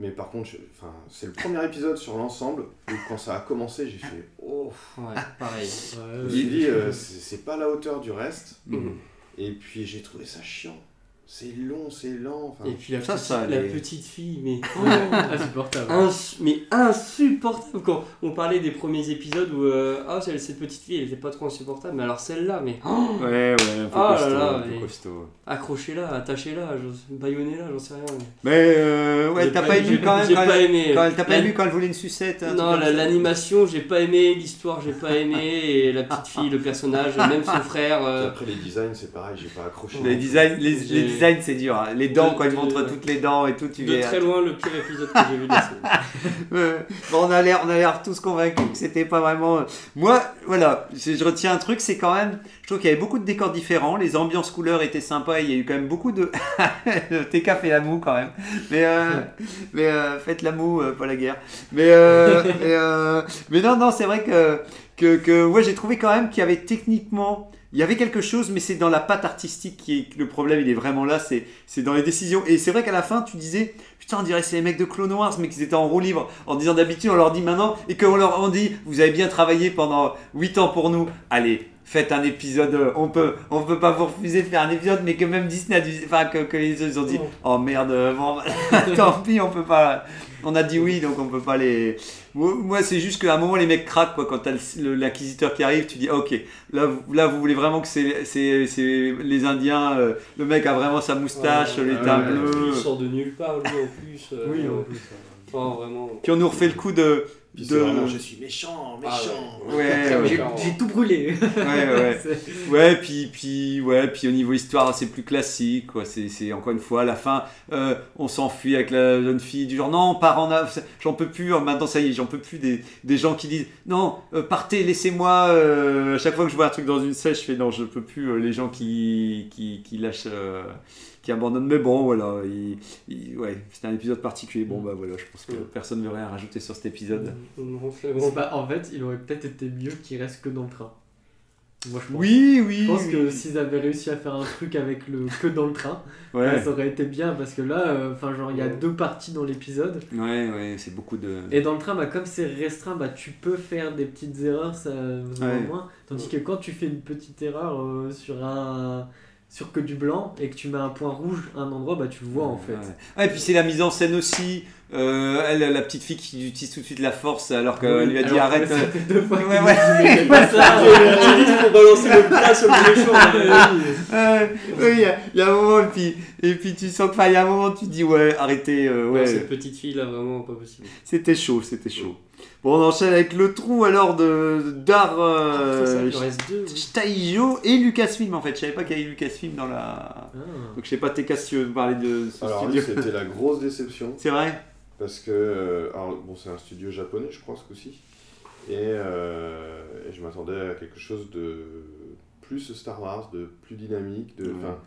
D: Mais par contre, je- enfin, c'est le premier épisode sur l'ensemble où quand ça a commencé, j'ai fait oh.
B: Ouais, pareil.
D: Je
C: Ouais,
D: me suis
C: ouais.
D: dit, euh, c'est c'est pas à la hauteur du reste.
A: Mm-hmm.
B: Mhm.
D: Et puis j'ai trouvé ça chiant. C'est long, c'est lent. enfin,
B: Et puis la,
A: Ça,
B: petite,
A: ça,
B: la
A: les-
B: petite fille, mais.
C: Insupportable.
B: Ins- mais insupportable quand on parlait des premiers épisodes où euh, ah celle- cette petite fille elle était pas trop insupportable mais alors celle-là mais oh,
A: Ouais, ouais, un peu
B: Ah là
A: costaud.
B: là,
A: un peu
B: mais-
A: costaud.
B: accrochez-la attachez-la j'en- baillonnez-la j'en sais rien mais-
A: Mais euh, ouais,
B: J'ai
A: t'as pas aimé
B: j'ai-
A: quand même.
B: j'ai
A: Quand
B: pas
A: elle-
B: aimé
A: quand elle- T'as pas
B: La-
A: aimé quand elle voulait une sucette. un
B: non
A: truc
B: la-
A: comme ça.
B: l'animation j'ai pas aimé l'histoire j'ai pas aimé et la petite fille le personnage même son frère
D: puis
B: euh,
D: après les designs, c'est pareil, j'ai pas accroché.
A: Les designs, les,
B: J'ai-
A: les designs c'est dur. hein. Les dents,
B: De-
A: quand ils
B: de-
A: montrent toutes les dents et tout, tu
B: de
A: fais,
B: très loin le pire épisode que j'ai vu de la série
A: Euh, bon, on a l'air, on a l'air tous convaincus que c'était pas vraiment. euh, Moi, voilà, je, je retiens un truc, c'est quand même, je trouve qu'il y avait beaucoup de décors différents, les ambiances couleurs étaient sympas, il y a eu quand même beaucoup de. TK fait la moue quand même, mais euh, mais euh, faites la moue, euh, pas la guerre. Mais euh, mais, euh, mais non, non, c'est vrai que que que ouais, j'ai trouvé quand même qu'il y avait techniquement. Il y avait quelque chose, mais c'est dans la patte artistique qui est le problème. Il est vraiment là, c'est c'est dans les décisions. Et c'est vrai qu'à la fin, tu disais, putain, on dirait que c'est les mecs de Clone Wars, mais qu'ils étaient en roue libre. En disant d'habitude, on leur dit maintenant, et qu'on leur on dit, vous avez bien travaillé pendant 8 ans pour nous, allez, faites un épisode, euh, on peut, on peut pas vous refuser de faire un épisode, mais que même Disney a dû, enfin, que, que les autres ils ont dit, oh merde, euh, bon, tant pis, on peut pas, on a dit oui, donc on peut pas les. Moi, moi, c'est juste qu'à un moment, les mecs craquent, quoi, quand t'as le- le- l'acquisiteur qui arrive, tu dis, ok, là, vous- là vous voulez vraiment que c'est, c'est, c'est les Indiens, euh, le mec a vraiment sa moustache,
B: Ouais,
A: les
D: ouais,
A: teints
D: ouais.
A: bleus.
B: Il sort de nulle part, lui en plus. euh,
C: Oui, en plus.
B: Enfin, vraiment.
A: Puis on nous refait le coup de.
D: Puis
A: de-
D: c'est vraiment, je suis méchant, méchant.
A: Ouais, ouais,
C: J'ai j'ai tout brûlé.
A: ouais, ouais.
C: C'est-
A: Ouais, puis, puis, ouais, puis au niveau histoire, c'est plus classique, quoi. C'est, c'est encore une fois à la fin, euh, on s'enfuit avec la jeune fille du genre non, on part en Af- j'en peux plus. euh, Maintenant, ça y est, j'en peux plus des, des gens qui disent non, euh, partez, laissez-moi. euh, à chaque fois que je vois un truc dans une sèche, je fais non, je peux plus. euh, les gens qui, qui, qui lâchent, euh, qui abandonnent. Mais bon, voilà, il- il- ouais, c'était un épisode particulier.
C: Mm.
A: Bon, bah voilà, je pense que personne ne veut rien rajouter sur cet épisode.
B: Non, c'est
C: Bon,
B: bon.
C: bah, en fait, il aurait peut-être été mieux qu'il reste que dans le train. Moi, je pense.
A: Oui, oui.
C: Je pense que
A: oui.
C: s'ils avaient réussi à faire un truc avec le que dans le train,
A: Ouais,
C: ça aurait été bien parce que là, euh, enfin genre il y a deux parties dans l'épisode
A: ouais, ouais, c'est beaucoup de.
C: et dans le train bah comme c'est restreint bah tu peux faire des petites erreurs ça vous en
A: Ouais.
C: moins tandis que quand tu fais une petite erreur euh, sur un sur que du blanc et que tu mets un point rouge à un endroit bah tu le vois en fait.
A: Ouais. Ah, et puis c'est la mise en scène aussi. Euh, elle, la petite fille qui utilise tout de suite la force alors qu'on lui a dit
C: Ah Alors,
A: arrête.
C: ça
A: euh,
C: fait deux fois
A: Ouais,
C: qu'il nous
A: ouais.
C: dit, mais pas ça.
B: Utilise pour balancer le plat sur le méchant. euh, oui.
A: euh, oui, il y a- il y, a un moment, et puis, et puis tu sens que, enfin, il y a un moment, tu te dis ouais, arrêtez, euh,
B: Non,
A: ouais.
B: Cette petite fille là, vraiment pas possible.
A: c'était chaud, c'était chaud. Bon, on enchaîne avec le trou alors de d'art
C: Ah, ça,
A: euh,
C: il en reste deux.
A: Staijo et Lucasfilm en fait. Je savais pas qu'il y avait Lucasfilm dans la.
C: Ah.
A: Donc je sais pas, t'es si tu veux me parler de ce
D: Alors lui,
A: studio.
D: c'était la grosse déception.
A: C'est vrai
D: Parce que, euh, alors, bon, c'est un studio japonais, je crois, ce coup-ci. Et, euh, et je m'attendais à quelque chose de plus Star Wars, de plus dynamique. De,
A: Ouais.
D: enfin,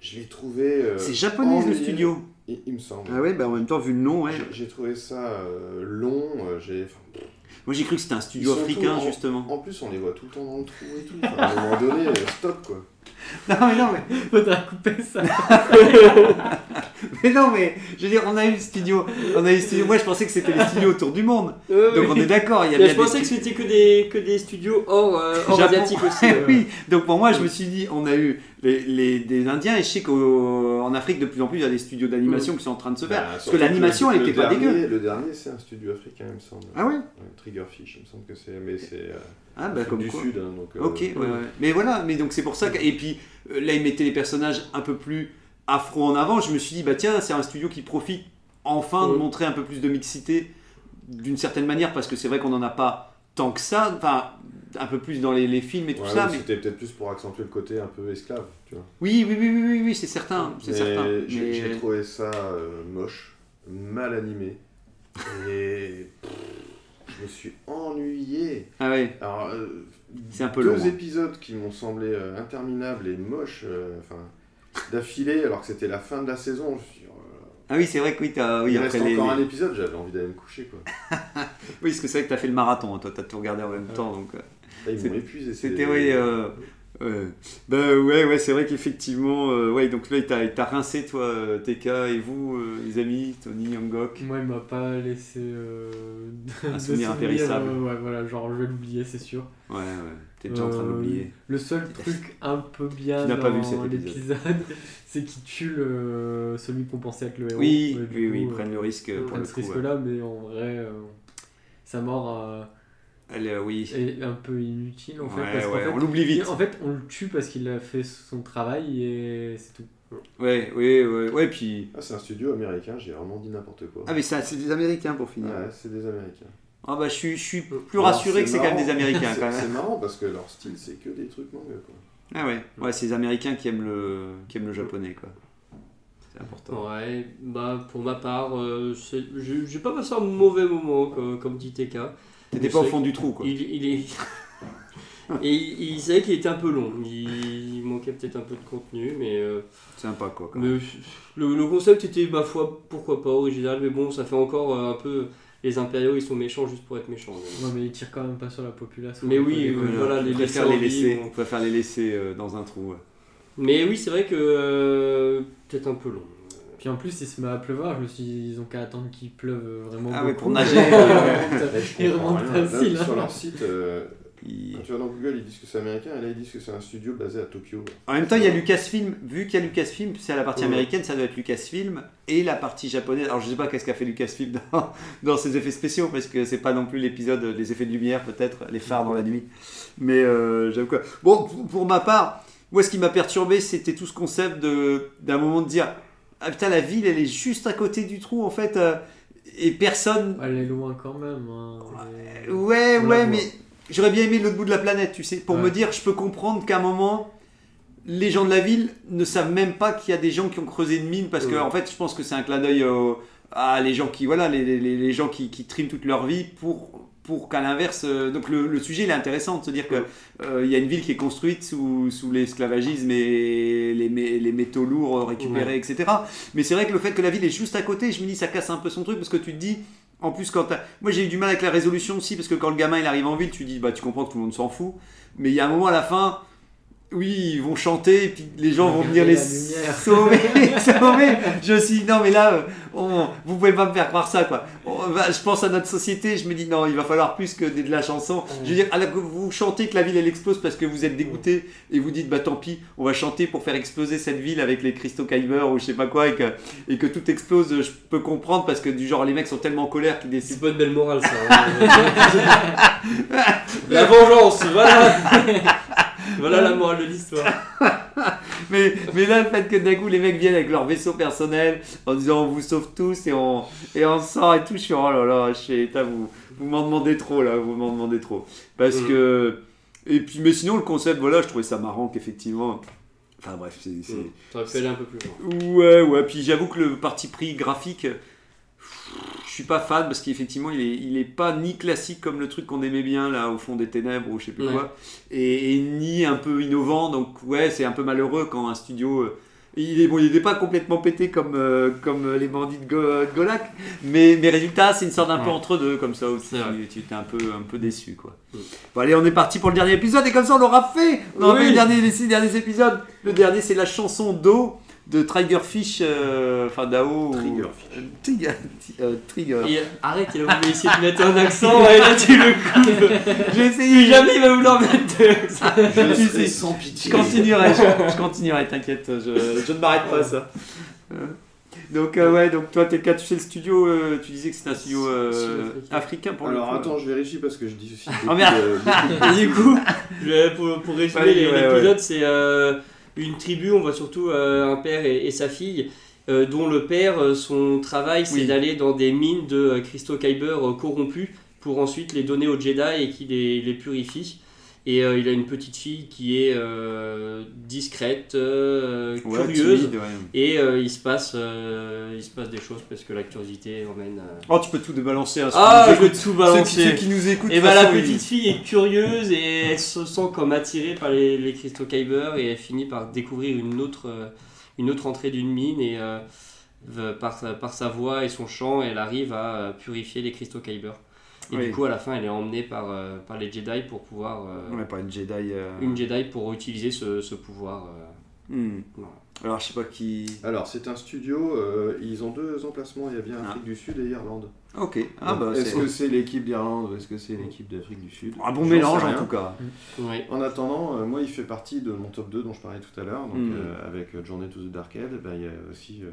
D: Je l'ai trouvé. euh,
A: C'est japonais le
D: ennuyeux,
A: studio.
D: Il, il me semble.
A: Ah ouais, bah en même temps, vu le nom, ouais.
D: J'ai- J'ai trouvé ça euh, long. euh, j'ai- enfin,
A: Moi j'ai cru que c'était un studio
D: Ils sont
A: africain
D: tous en-
A: justement.
D: en plus, on les voit tout le temps dans le trou et tout. Enfin, à un moment donné, euh, stop quoi.
A: Non mais non mais,
C: Faudra couper ça.
A: mais non mais je veux dire on a eu le studio on a eu le studio moi je pensais que c'était les studios autour du monde donc on est d'accord il y a bien
B: je
A: des-
B: pensais que c'était que des, que des studios hors, euh, hors
A: Japon.
B: asiatique aussi.
A: Eh
B: euh.
A: oui donc pour moi je me suis dit on a eu les, les- des Indiens et je sais qu'en Afrique de plus en plus il y a des studios d'animation qui sont en train de se faire
D: Bah,
A: parce que
D: surtout
A: l'animation
D: le-
A: elle
D: le
A: était pas
D: dernier-
A: dégueu
D: Le dernier, c'est un studio africain, il me semble.
A: ah ouais
D: Triggerfish, il me semble que c'est. Mais c'est. euh,
A: ah bah
D: Afrique
A: comme
D: du
A: quoi
D: Sud, hein, donc. euh,
A: Ok, ouais, ouais. Mais voilà, mais donc c'est pour ça que. Et puis euh, là, ils mettaient les personnages un peu plus afro en avant. Je me suis dit, bah tiens, c'est un studio qui profite enfin
D: Mm.
A: de
B: Ouais.
A: montrer un peu plus de mixité d'une certaine manière, parce que c'est vrai qu'on n'en a pas tant que ça, enfin, un peu plus dans les, les films et tout
D: ouais,
A: ça.
D: mais
A: Mais...
D: C'était peut-être plus pour accentuer le côté un peu esclave, tu vois.
A: Oui, oui, oui, oui, oui, oui, c'est certain, c'est
D: Mais
A: certain.
D: J'ai
A: Mais-
D: j'ai trouvé ça euh, moche, mal animé, et pff, je me suis ennuyé.
A: Ah ouais,
D: Alors, euh,
A: C'est un peu
D: deux
A: long, hein.
D: épisodes qui m'ont semblé euh, interminables et moches, euh, enfin, d'affilée, alors que c'était la fin de la saison. Je me suis dit, oh là là.
A: ah oui, c'est vrai que oui, t'as- oui,
D: Il
A: après
D: reste
A: les-
D: encore
A: les-
D: un épisode, j'avais envie d'aller me coucher, quoi.
A: oui, parce que c'est vrai que t'as fait le marathon, hein, toi, t'as tout regardé en même temps, donc. euh,
D: Là, ils
A: C'est-
D: m'ont épuisé. c'est-
A: C'était, oui. Euh, euh, bah ouais, ouais, c'est vrai qu'effectivement, euh, ouais, donc là, il t'a- il t'a rincé, toi, euh, TK, et vous, euh, les amis, Tony Yangok.
C: Moi, il m'a pas laissé euh,
A: Un
C: de
A: souvenir
C: souvenirs,
A: impérissable.
C: euh, ouais, voilà, genre je vais l'oublier, c'est sûr.
A: Ouais, ouais, t'es déjà en train de
C: Euh,
A: l'oublier.
C: Le seul truc un peu bien
A: Tu n'as
C: dans
A: pas vu cet épisode.
C: l'épisode, c'est qu'il tue le- celui qu'on pensait être le héros.
A: Oui,
C: Et
A: oui, oui,
C: du coup,
A: ils
C: euh,
A: prennent le risque euh,
C: ils
A: pour
C: prennent
A: le
C: ce
A: coup. ouais.
C: risque-là, mais en vrai, euh, sa mort euh,
A: Elle, euh, oui,
C: est un peu inutile en fait.
A: Ouais,
C: parce qu'en
A: ouais,
C: fait-
A: on l'oublie
C: et
A: vite.
C: en fait, on le tue parce qu'il a fait son travail et c'est tout.
A: Ouais, ouais, ouais, ouais, puis.
D: Ah, c'est un studio américain, j'ai vraiment dit n'importe quoi.
A: Ah, mais ça, c'est des Américains pour finir.
D: Ouais, c'est des américains.
A: Ah, bah, je suis, je suis plus
D: Alors,
A: rassuré que c'est quand même
D: marrant.
A: des Américains,
D: C'est-
A: quand
D: C'est
A: même.
D: marrant parce que leur style, c'est que des trucs manga. Quoi.
A: Ah, ouais, ouais, c'est des Américains qui aiment le, qui aiment le japonais, quoi. C'est important.
B: Ouais, bah pour ma part, euh, c'est- j'ai j'ai pas passé un mauvais moment, co- comme dit TK.
A: T'étais
B: Je
A: pas au
B: sais
A: fond du trou, quoi.
B: Il, il est. Et il, il savait qu'il était un peu long. Il, il manquait peut-être un peu de contenu, mais, euh,
A: Sympa, quoi. quand même.
B: mais le, le concept était, ma foi, pourquoi pas original, mais bon, ça fait encore euh, un peu. Les impériaux, ils sont méchants juste pour être méchants.
C: Ouais, mais il tire quand même pas sur la population.
B: Mais
C: Il
B: oui,
C: faut les-
B: oui. voilà,
A: Euh, je
B: les
A: préfère les
B: laisser en vie,
A: laisser,
B: bon.
A: on préfère les laisser euh, dans un trou. ouais.
B: Mais oui, c'est vrai que. euh, peut-être un peu long.
C: Puis en plus, il se met à pleuvoir. Je me suis dit, ils ont qu'à attendre qu'il pleuve vraiment.
A: Ah ouais,
C: beaucoup.
A: pour nager, ouais,
C: Ils remontent-
D: Je
C: Ils
D: comprends
C: remontent
D: rien. Là,
C: facile. hein.
D: sur leur site, euh,
A: il-
D: Quand tu vas dans Google, ils disent que c'est américain, et là, ils disent que c'est un studio basé à Tokyo.
A: En même temps, il y a Lucasfilm. Vu qu'il y a Lucasfilm, c'est la partie
D: Ouais.
A: américaine, ça doit être Lucasfilm et la partie japonaise. Alors, je sais pas qu'est-ce qu'a fait Lucasfilm dans, dans ses effets spéciaux, parce que c'est pas non plus l'épisode euh, des effets de lumière, peut-être les phares dans la nuit. Mais euh, j'aime quoi. Bon, pour pour ma part, moi, ce qui m'a perturbé, c'était tout ce concept de d'un moment de dire, ah putain, la ville, elle est juste à côté du trou, en fait, euh, et personne.
C: Elle est loin quand même. hein, mais-
A: Euh, Ouais,
C: On la
A: ouais,
C: voit.
A: mais j'aurais bien aimé l'autre bout de la planète, tu sais, pour
C: Ouais.
A: me dire, je peux comprendre qu'à un moment, les gens de la ville ne savent même pas qu'il y a des gens qui ont creusé une mine, parce que,
C: Ouais.
A: en fait, je pense que c'est un clin d'œil au- à les gens qui, voilà, les, les- les- les gens qui, qui triment toute leur vie pour, pour qu'à l'inverse. euh, donc, le, le sujet, il est intéressant de se dire que euh, il y a une ville qui est construite sous, sous l'esclavagisme et les, mé- les métaux lourds récupérés, etc. Mais c'est vrai que le fait que la ville est juste à côté, je me dis, ça casse un peu son truc parce que tu te dis, en plus, quand t'as- moi j'ai eu du mal avec la résolution aussi parce que quand le gamin il arrive en ville, tu dis, bah tu comprends que tout le monde s'en fout. Mais il y a un moment à la fin, oui, ils vont chanter et puis les gens vont
C: Regardez
A: venir les
C: la lumière.
A: sauver, sauver. Je me suis dit, non mais là, euh, on- vous pouvez pas me faire croire ça quoi. On va- Oh, bah, je pense à notre société, je me dis, non, il va falloir plus que des- de la chanson. Je veux dire, à la- vous chantez que la ville elle explose parce que vous êtes dégoûté et vous dites, bah tant pis, on va chanter pour faire exploser cette ville avec les cristaux Kyber ou je sais pas quoi et que, et que tout explose, je peux comprendre parce que du genre les mecs sont tellement en colère qu'ils décident.
B: C'est pas une belle morale ça. hein. la vengeance, voilà Voilà la morale de l'histoire.
A: Mais, mais là, le fait que d'un coup, les mecs viennent avec leur vaisseau personnel en disant on vous sauve tous et on, et on sort et tout, je suis oh là là, je suis, putain, vous, vous m'en demandez trop là, vous m'en demandez trop. Parce
B: Mhm.
A: que. Et puis, mais sinon, le concept, voilà, je trouvais ça marrant qu'effectivement. Enfin bref, c'est. c'est-
B: T'aurais pu aller un peu plus loin.
A: Ouais, ouais, puis j'avoue que le parti pris graphique, je suis pas fan parce qu'effectivement, il est, il est pas ni classique comme le truc qu'on aimait bien là au fond des ténèbres ou je sais plus
B: Ouais.
A: quoi, et, et ni un peu innovant. Donc, ouais, c'est un peu malheureux quand un studio. euh, il est bon, il n'est pas complètement pété comme, euh, comme les bandits de, Go- de Golak, mais, mais résultat, c'est une sorte d'un peu
B: Ouais.
A: entre deux comme ça où tu,
B: C'est vrai.
A: tu t'es un peu, un peu déçu quoi.
B: Ouais.
A: Bon, allez, on est parti pour le dernier épisode et comme ça on l'aura fait. On aura
B: Oui.
A: fait les, derniers, les six derniers épisodes. Le dernier, c'est la chanson d'eau de Triggerfish, euh, enfin d'Ao. ou-
D: Triggerfish.
A: Euh, Trigger. euh, Trigger.
B: Et arrête, il a voulu essayer de mettre un accent et là tu le coupes.
A: J'ai essayé,
B: Jamais il va vouloir mettre de
D: Je
A: Tu
D: serai
A: sais.
D: sans pitié.
A: Je continuerai, je, je continuerai, t'inquiète, je, je ne m'arrête pas à ça. Euh, Donc, euh, ouais, donc toi, t'es le cas, tu sais le studio, euh, tu disais que c'était un studio euh,
B: Sud-africain.
A: africain pour
D: Alors
A: le coup.
D: attends, je vérifie parce que je dis aussi.
A: Oh, merde.
D: beaucoup de- beaucoup de-
B: Et du coup, je- pour, pour résumer
A: Ouais,
B: les-
A: ouais,
B: l'épisode, c'est euh, une tribu, on voit surtout euh, un père et, et sa fille, euh, dont le père, euh, son travail, c'est
A: Oui.
B: d'aller dans des mines de euh, cristaux Kyber euh, corrompus pour ensuite les donner aux Jedi et qui les, les purifie. Et euh, il a une petite fille qui est euh, discrète, euh,
A: Ouais,
B: curieuse,
A: timide, ouais.
B: et euh, il, se passe, euh, il se passe des choses parce que la curiosité emmène à...
A: Oh, tu peux tout débalancer. hein, ceux
B: Ah,
A: qui nous
B: je vais
A: écoutent-
B: tout
A: ceux,
B: balancer
A: qui, ceux qui nous écoutent.
B: et
A: de
B: bah
A: toute
B: la
A: façon,
B: petite fille est curieuse et elle se sent comme attirée par les, les cristaux Kyber et elle finit par découvrir une autre, euh, une autre entrée d'une mine et euh, v- par, sa- par sa voix et son chant elle arrive à euh, purifier les cristaux Kyber. Et
A: Oui.
B: du coup à la fin elle est emmenée par, euh, par les Jedi pour pouvoir... euh,
A: il- Ouais, pas une Jedi. euh,
B: Une Jedi pour utiliser ce, ce pouvoir. euh.
A: hmm.
B: Voilà.
A: Alors, je sais pas qui.
D: Alors, c'est un studio, euh, ils ont deux emplacements, il y a bien
A: Ah.
D: Afrique du Sud et Irlande.
A: Ok. Ah, bah,
D: est-ce
A: c'est Oh.
D: que c'est l'équipe d'Irlande ou est-ce que c'est l'équipe d'Afrique du Sud
A: un
D: J'en
A: bon
D: sais
A: mélange en
D: rien.
A: tout cas.
B: Ouais.
D: En attendant, euh, moi, il fait partie de mon top 2 dont je parlais tout à l'heure. Donc,
A: Mm.
D: euh, avec euh, Journey to the Dark Head, ben, il y a aussi euh,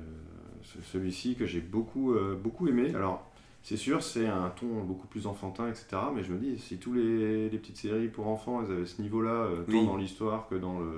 D: ce- celui-ci que j'ai beaucoup, euh, beaucoup aimé. Alors, c'est sûr, c'est un ton beaucoup plus enfantin, etc. Mais je me dis, si tous les, les petites séries pour enfants, elles avaient ce niveau-là, euh, tant
A: Oui.
D: dans l'histoire que dans le.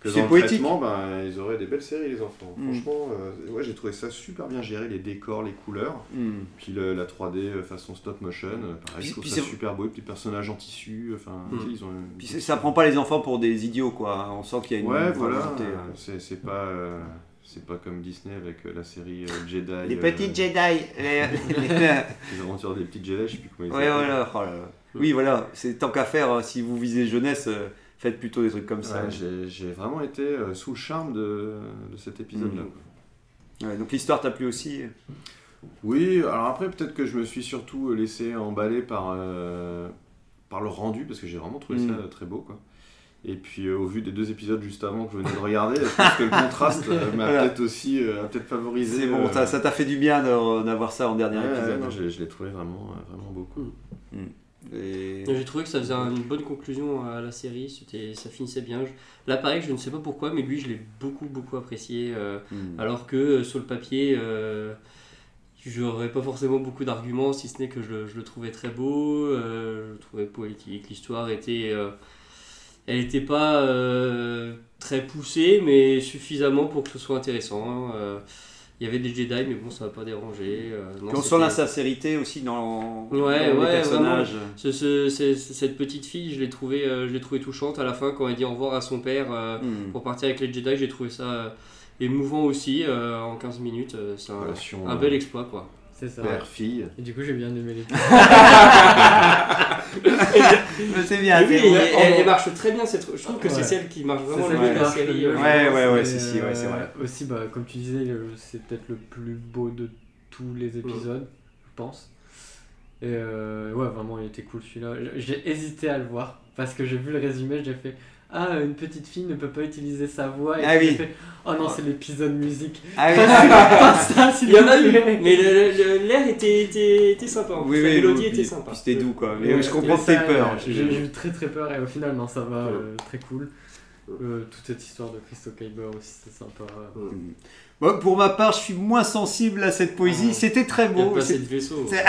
D: Que
A: C'est
D: dans
A: poétique.
D: le traitement, ben, ils auraient des belles séries, les enfants.
A: Mm.
D: Franchement, euh, ouais, j'ai trouvé ça super bien géré, les décors, les couleurs.
A: Hmm.
D: Puis le- la 3D euh, façon stop motion, euh, pareil,
A: Puis-
D: je trouve
A: puis
D: ça
A: c'est-
D: super beau, et puis les personnages en tissu, enfin,
B: Mm.
D: tu sais, ils ont une-
A: Puis c'est- ça prend pas les enfants pour des idiots, quoi. hein. On sent qu'il y a une.
D: Ouais,
A: une
D: voilà,
A: volonté,
D: euh,
A: hein.
D: c'est c'est pas, euh, c'est pas comme Disney avec euh, la série euh, Jedi.
A: Les
D: euh,
A: petits Jedi. les- les-
D: Les aventures des petites Jedi, je sais plus comment ils
A: Ouais,
D: s'appellent.
A: voilà. oh là là. Oui, voilà. C'est tant qu'à faire, euh, si vous visez jeunesse, euh, faites plutôt des trucs comme ça.
D: Ouais, j'ai- J'ai vraiment été euh, sous le charme de, de cet épisode-là.
A: Mm. Ouais, donc l'histoire t'a plu aussi.
D: Oui, alors après, peut-être que je me suis surtout laissé emballer par, euh, par le rendu, parce que j'ai vraiment trouvé
A: Mm.
D: ça très beau, quoi. Et puis, euh, au vu des deux épisodes juste avant que je venais de regarder, je pense que le contraste euh, m'a
A: Voilà.
D: peut-être aussi euh, a peut-être favorisé.
A: C'est bon,
D: euh,
A: ça ça t'a fait du bien euh, d'avoir d'avoir ça en dernier
D: ouais, ouais,
A: épisode. Mm.
D: non, je, je l'ai trouvé vraiment, euh, vraiment beau. quoi.
A: Et...
B: J'ai trouvé que ça faisait une bonne conclusion à la série, c'était, ça finissait bien. Je- Là, pareil, je ne sais pas pourquoi, mais lui, je l'ai beaucoup, beaucoup apprécié. euh,
A: Hmm.
B: alors que euh, sur le papier, euh, j'aurais pas forcément beaucoup d'arguments, si ce n'est que je, le- je le trouvais très beau, euh, je le trouvais poétique. L'histoire était. euh, elle n'était pas euh, très poussée, mais suffisamment pour que ce soit intéressant. euh. il y avait des Jedi, mais bon, ça m'a pas dérangé. euh, non,
A: Puis on sent
B: c'était-
A: la sincérité aussi dans, dans
B: Ouais,
A: les
B: ouais,
A: personnages.
B: ce- ce- ce- cette petite fille, je l'ai trouvée euh, je l'ai trouvée touchante à la fin quand elle dit au revoir à son père euh,
A: Hmm.
B: pour partir avec les Jedi. J'ai trouvé ça euh, émouvant aussi euh, en 15 minutes. euh, c'est un,
D: Relation,
B: un
D: euh,
B: bel exploit quoi.
C: C'est ça.
D: Père-fille.
C: Et du coup, j'ai bien aimé les
A: C'est
B: Et
A: bien.
B: oui,
A: c'est
B: elle,
A: bon.
B: elle- elle marche très bien. cette- Je trouve que c'est
C: Ouais.
B: celle qui marche vraiment
C: C'est
B: le
C: ça qui
B: mieux de la
C: marche le
B: série.
C: mieux,
B: euh.
C: je
A: Ouais,
C: pense,
A: ouais, ouais,
C: et,
A: si, si, ouais, c'est vrai.
C: Aussi, bah, comme tu disais, le- c'est peut-être le plus beau de tous les épisodes, je pense. Et euh, ouais, vraiment, il était cool celui-là. J- J'ai hésité à le voir parce que j'ai vu le résumé, j'ai fait Ah, une petite fille ne peut pas utiliser sa voix. Et
A: Ah oui.
C: puis j'ai fait Oh non, c'est l'épisode musique.
A: Ah oui.
C: Pas ça, s'il
B: Il y en a
C: vous
B: eu,
C: plaît.
B: mais le- le- le- l'air était, était, était sympa. en
A: Oui,
B: plus. la
A: oui,
B: mélodie
A: oui,
B: était
A: puis-
B: sympa.
A: puis C'était doux quoi. Mais
C: Ouais,
A: je comprends
C: mais
A: tes
C: ça,
A: peurs.
C: euh, J'ai j'ai eu très très peur et au final, non, ça va, euh, très cool. Euh, toute cette histoire de Christo Kyber aussi, c'est sympa.
A: Bon, pour ma part, je suis moins sensible à cette poésie.
B: Ah.
A: C'était très
B: Il y a
A: beau.
B: pas
A: c'est-
B: assez de vaisseaux.
A: c'est-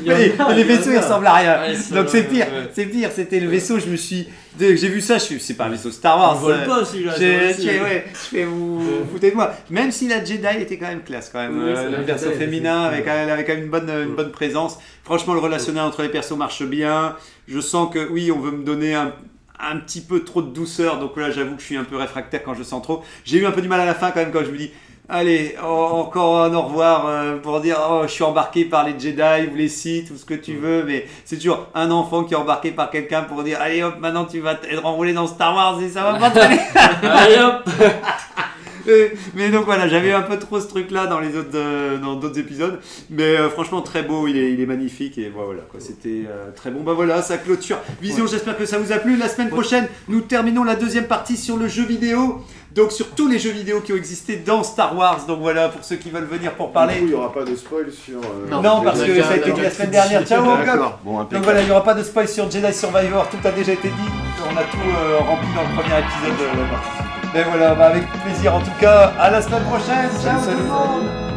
C: Il y en a,
A: les,
B: Ah,
C: il
A: les
C: y en
A: vaisseaux ils
C: a.
A: ressemblent à rien.
B: Ouais, ça
A: Donc
B: va,
A: c'est pire.
B: ouais.
A: C'est pire. C'était le vaisseau. Je me suis. Dès que j'ai vu ça, je suis. C'est pas un vaisseau Star Wars.
B: On vole
A: Oh, ça.
B: pas celui-là.
A: J'ai-
B: c'est vrai,
A: j'ai-
B: c'est-
A: ouais, je fais vous, vous foutez de moi. Même si la Jedi était quand même classe, quand même.
B: Oui,
A: euh,
B: c'est vrai,
A: le
B: la
A: perso
C: Jedi,
A: féminin
C: c'est-
A: avec, elle avait quand même une bonne, une bonne présence. Franchement, le relationnel entre les persos marche bien. Je sens que oui, on veut me donner un, un petit peu trop de douceur. Donc là, j'avoue que je suis un peu réfractaire quand je sens trop. J'ai eu un peu du mal à la fin quand même quand je me dis. Allez, en- encore un au revoir euh, pour dire oh, je suis embarqué par les Jedi ou les Sith ou ce que
B: Mm.
A: tu veux, mais c'est toujours un enfant qui est embarqué par quelqu'un pour dire allez hop maintenant tu vas être enroulé dans Star Wars et ça va pas très bien.
B: Allez hop
A: Euh, mais donc voilà, j'avais un peu trop ce truc-là dans les autres, euh, dans d'autres épisodes. Mais euh, franchement, très beau, il est, il est magnifique et voilà quoi. C'était euh, très bon. Bah voilà, ça clôture. Vision, j'espère que ça vous a plu. La semaine prochaine, nous terminons la deuxième partie sur le jeu vidéo. Donc sur tous les jeux vidéo qui ont existé dans Star Wars. Donc voilà, pour ceux qui veulent venir pour
D: Du coup, il
A: parler.
D: n'y aura pas de spoil sur. euh,
C: Non,
A: Non, parce
D: les-
A: que ça a été dit la semaine dernière. Ciao, mon gars.
D: D'accord. Bon,
A: Donc
D: impeccable.
A: voilà, il n'y aura pas de spoil sur Jedi Survivor, tout a déjà été dit, on a tout euh, rempli dans le premier Ben épisode de la partie. Mais voilà, bah, avec plaisir en tout cas, à la semaine prochaine, ciao tout le monde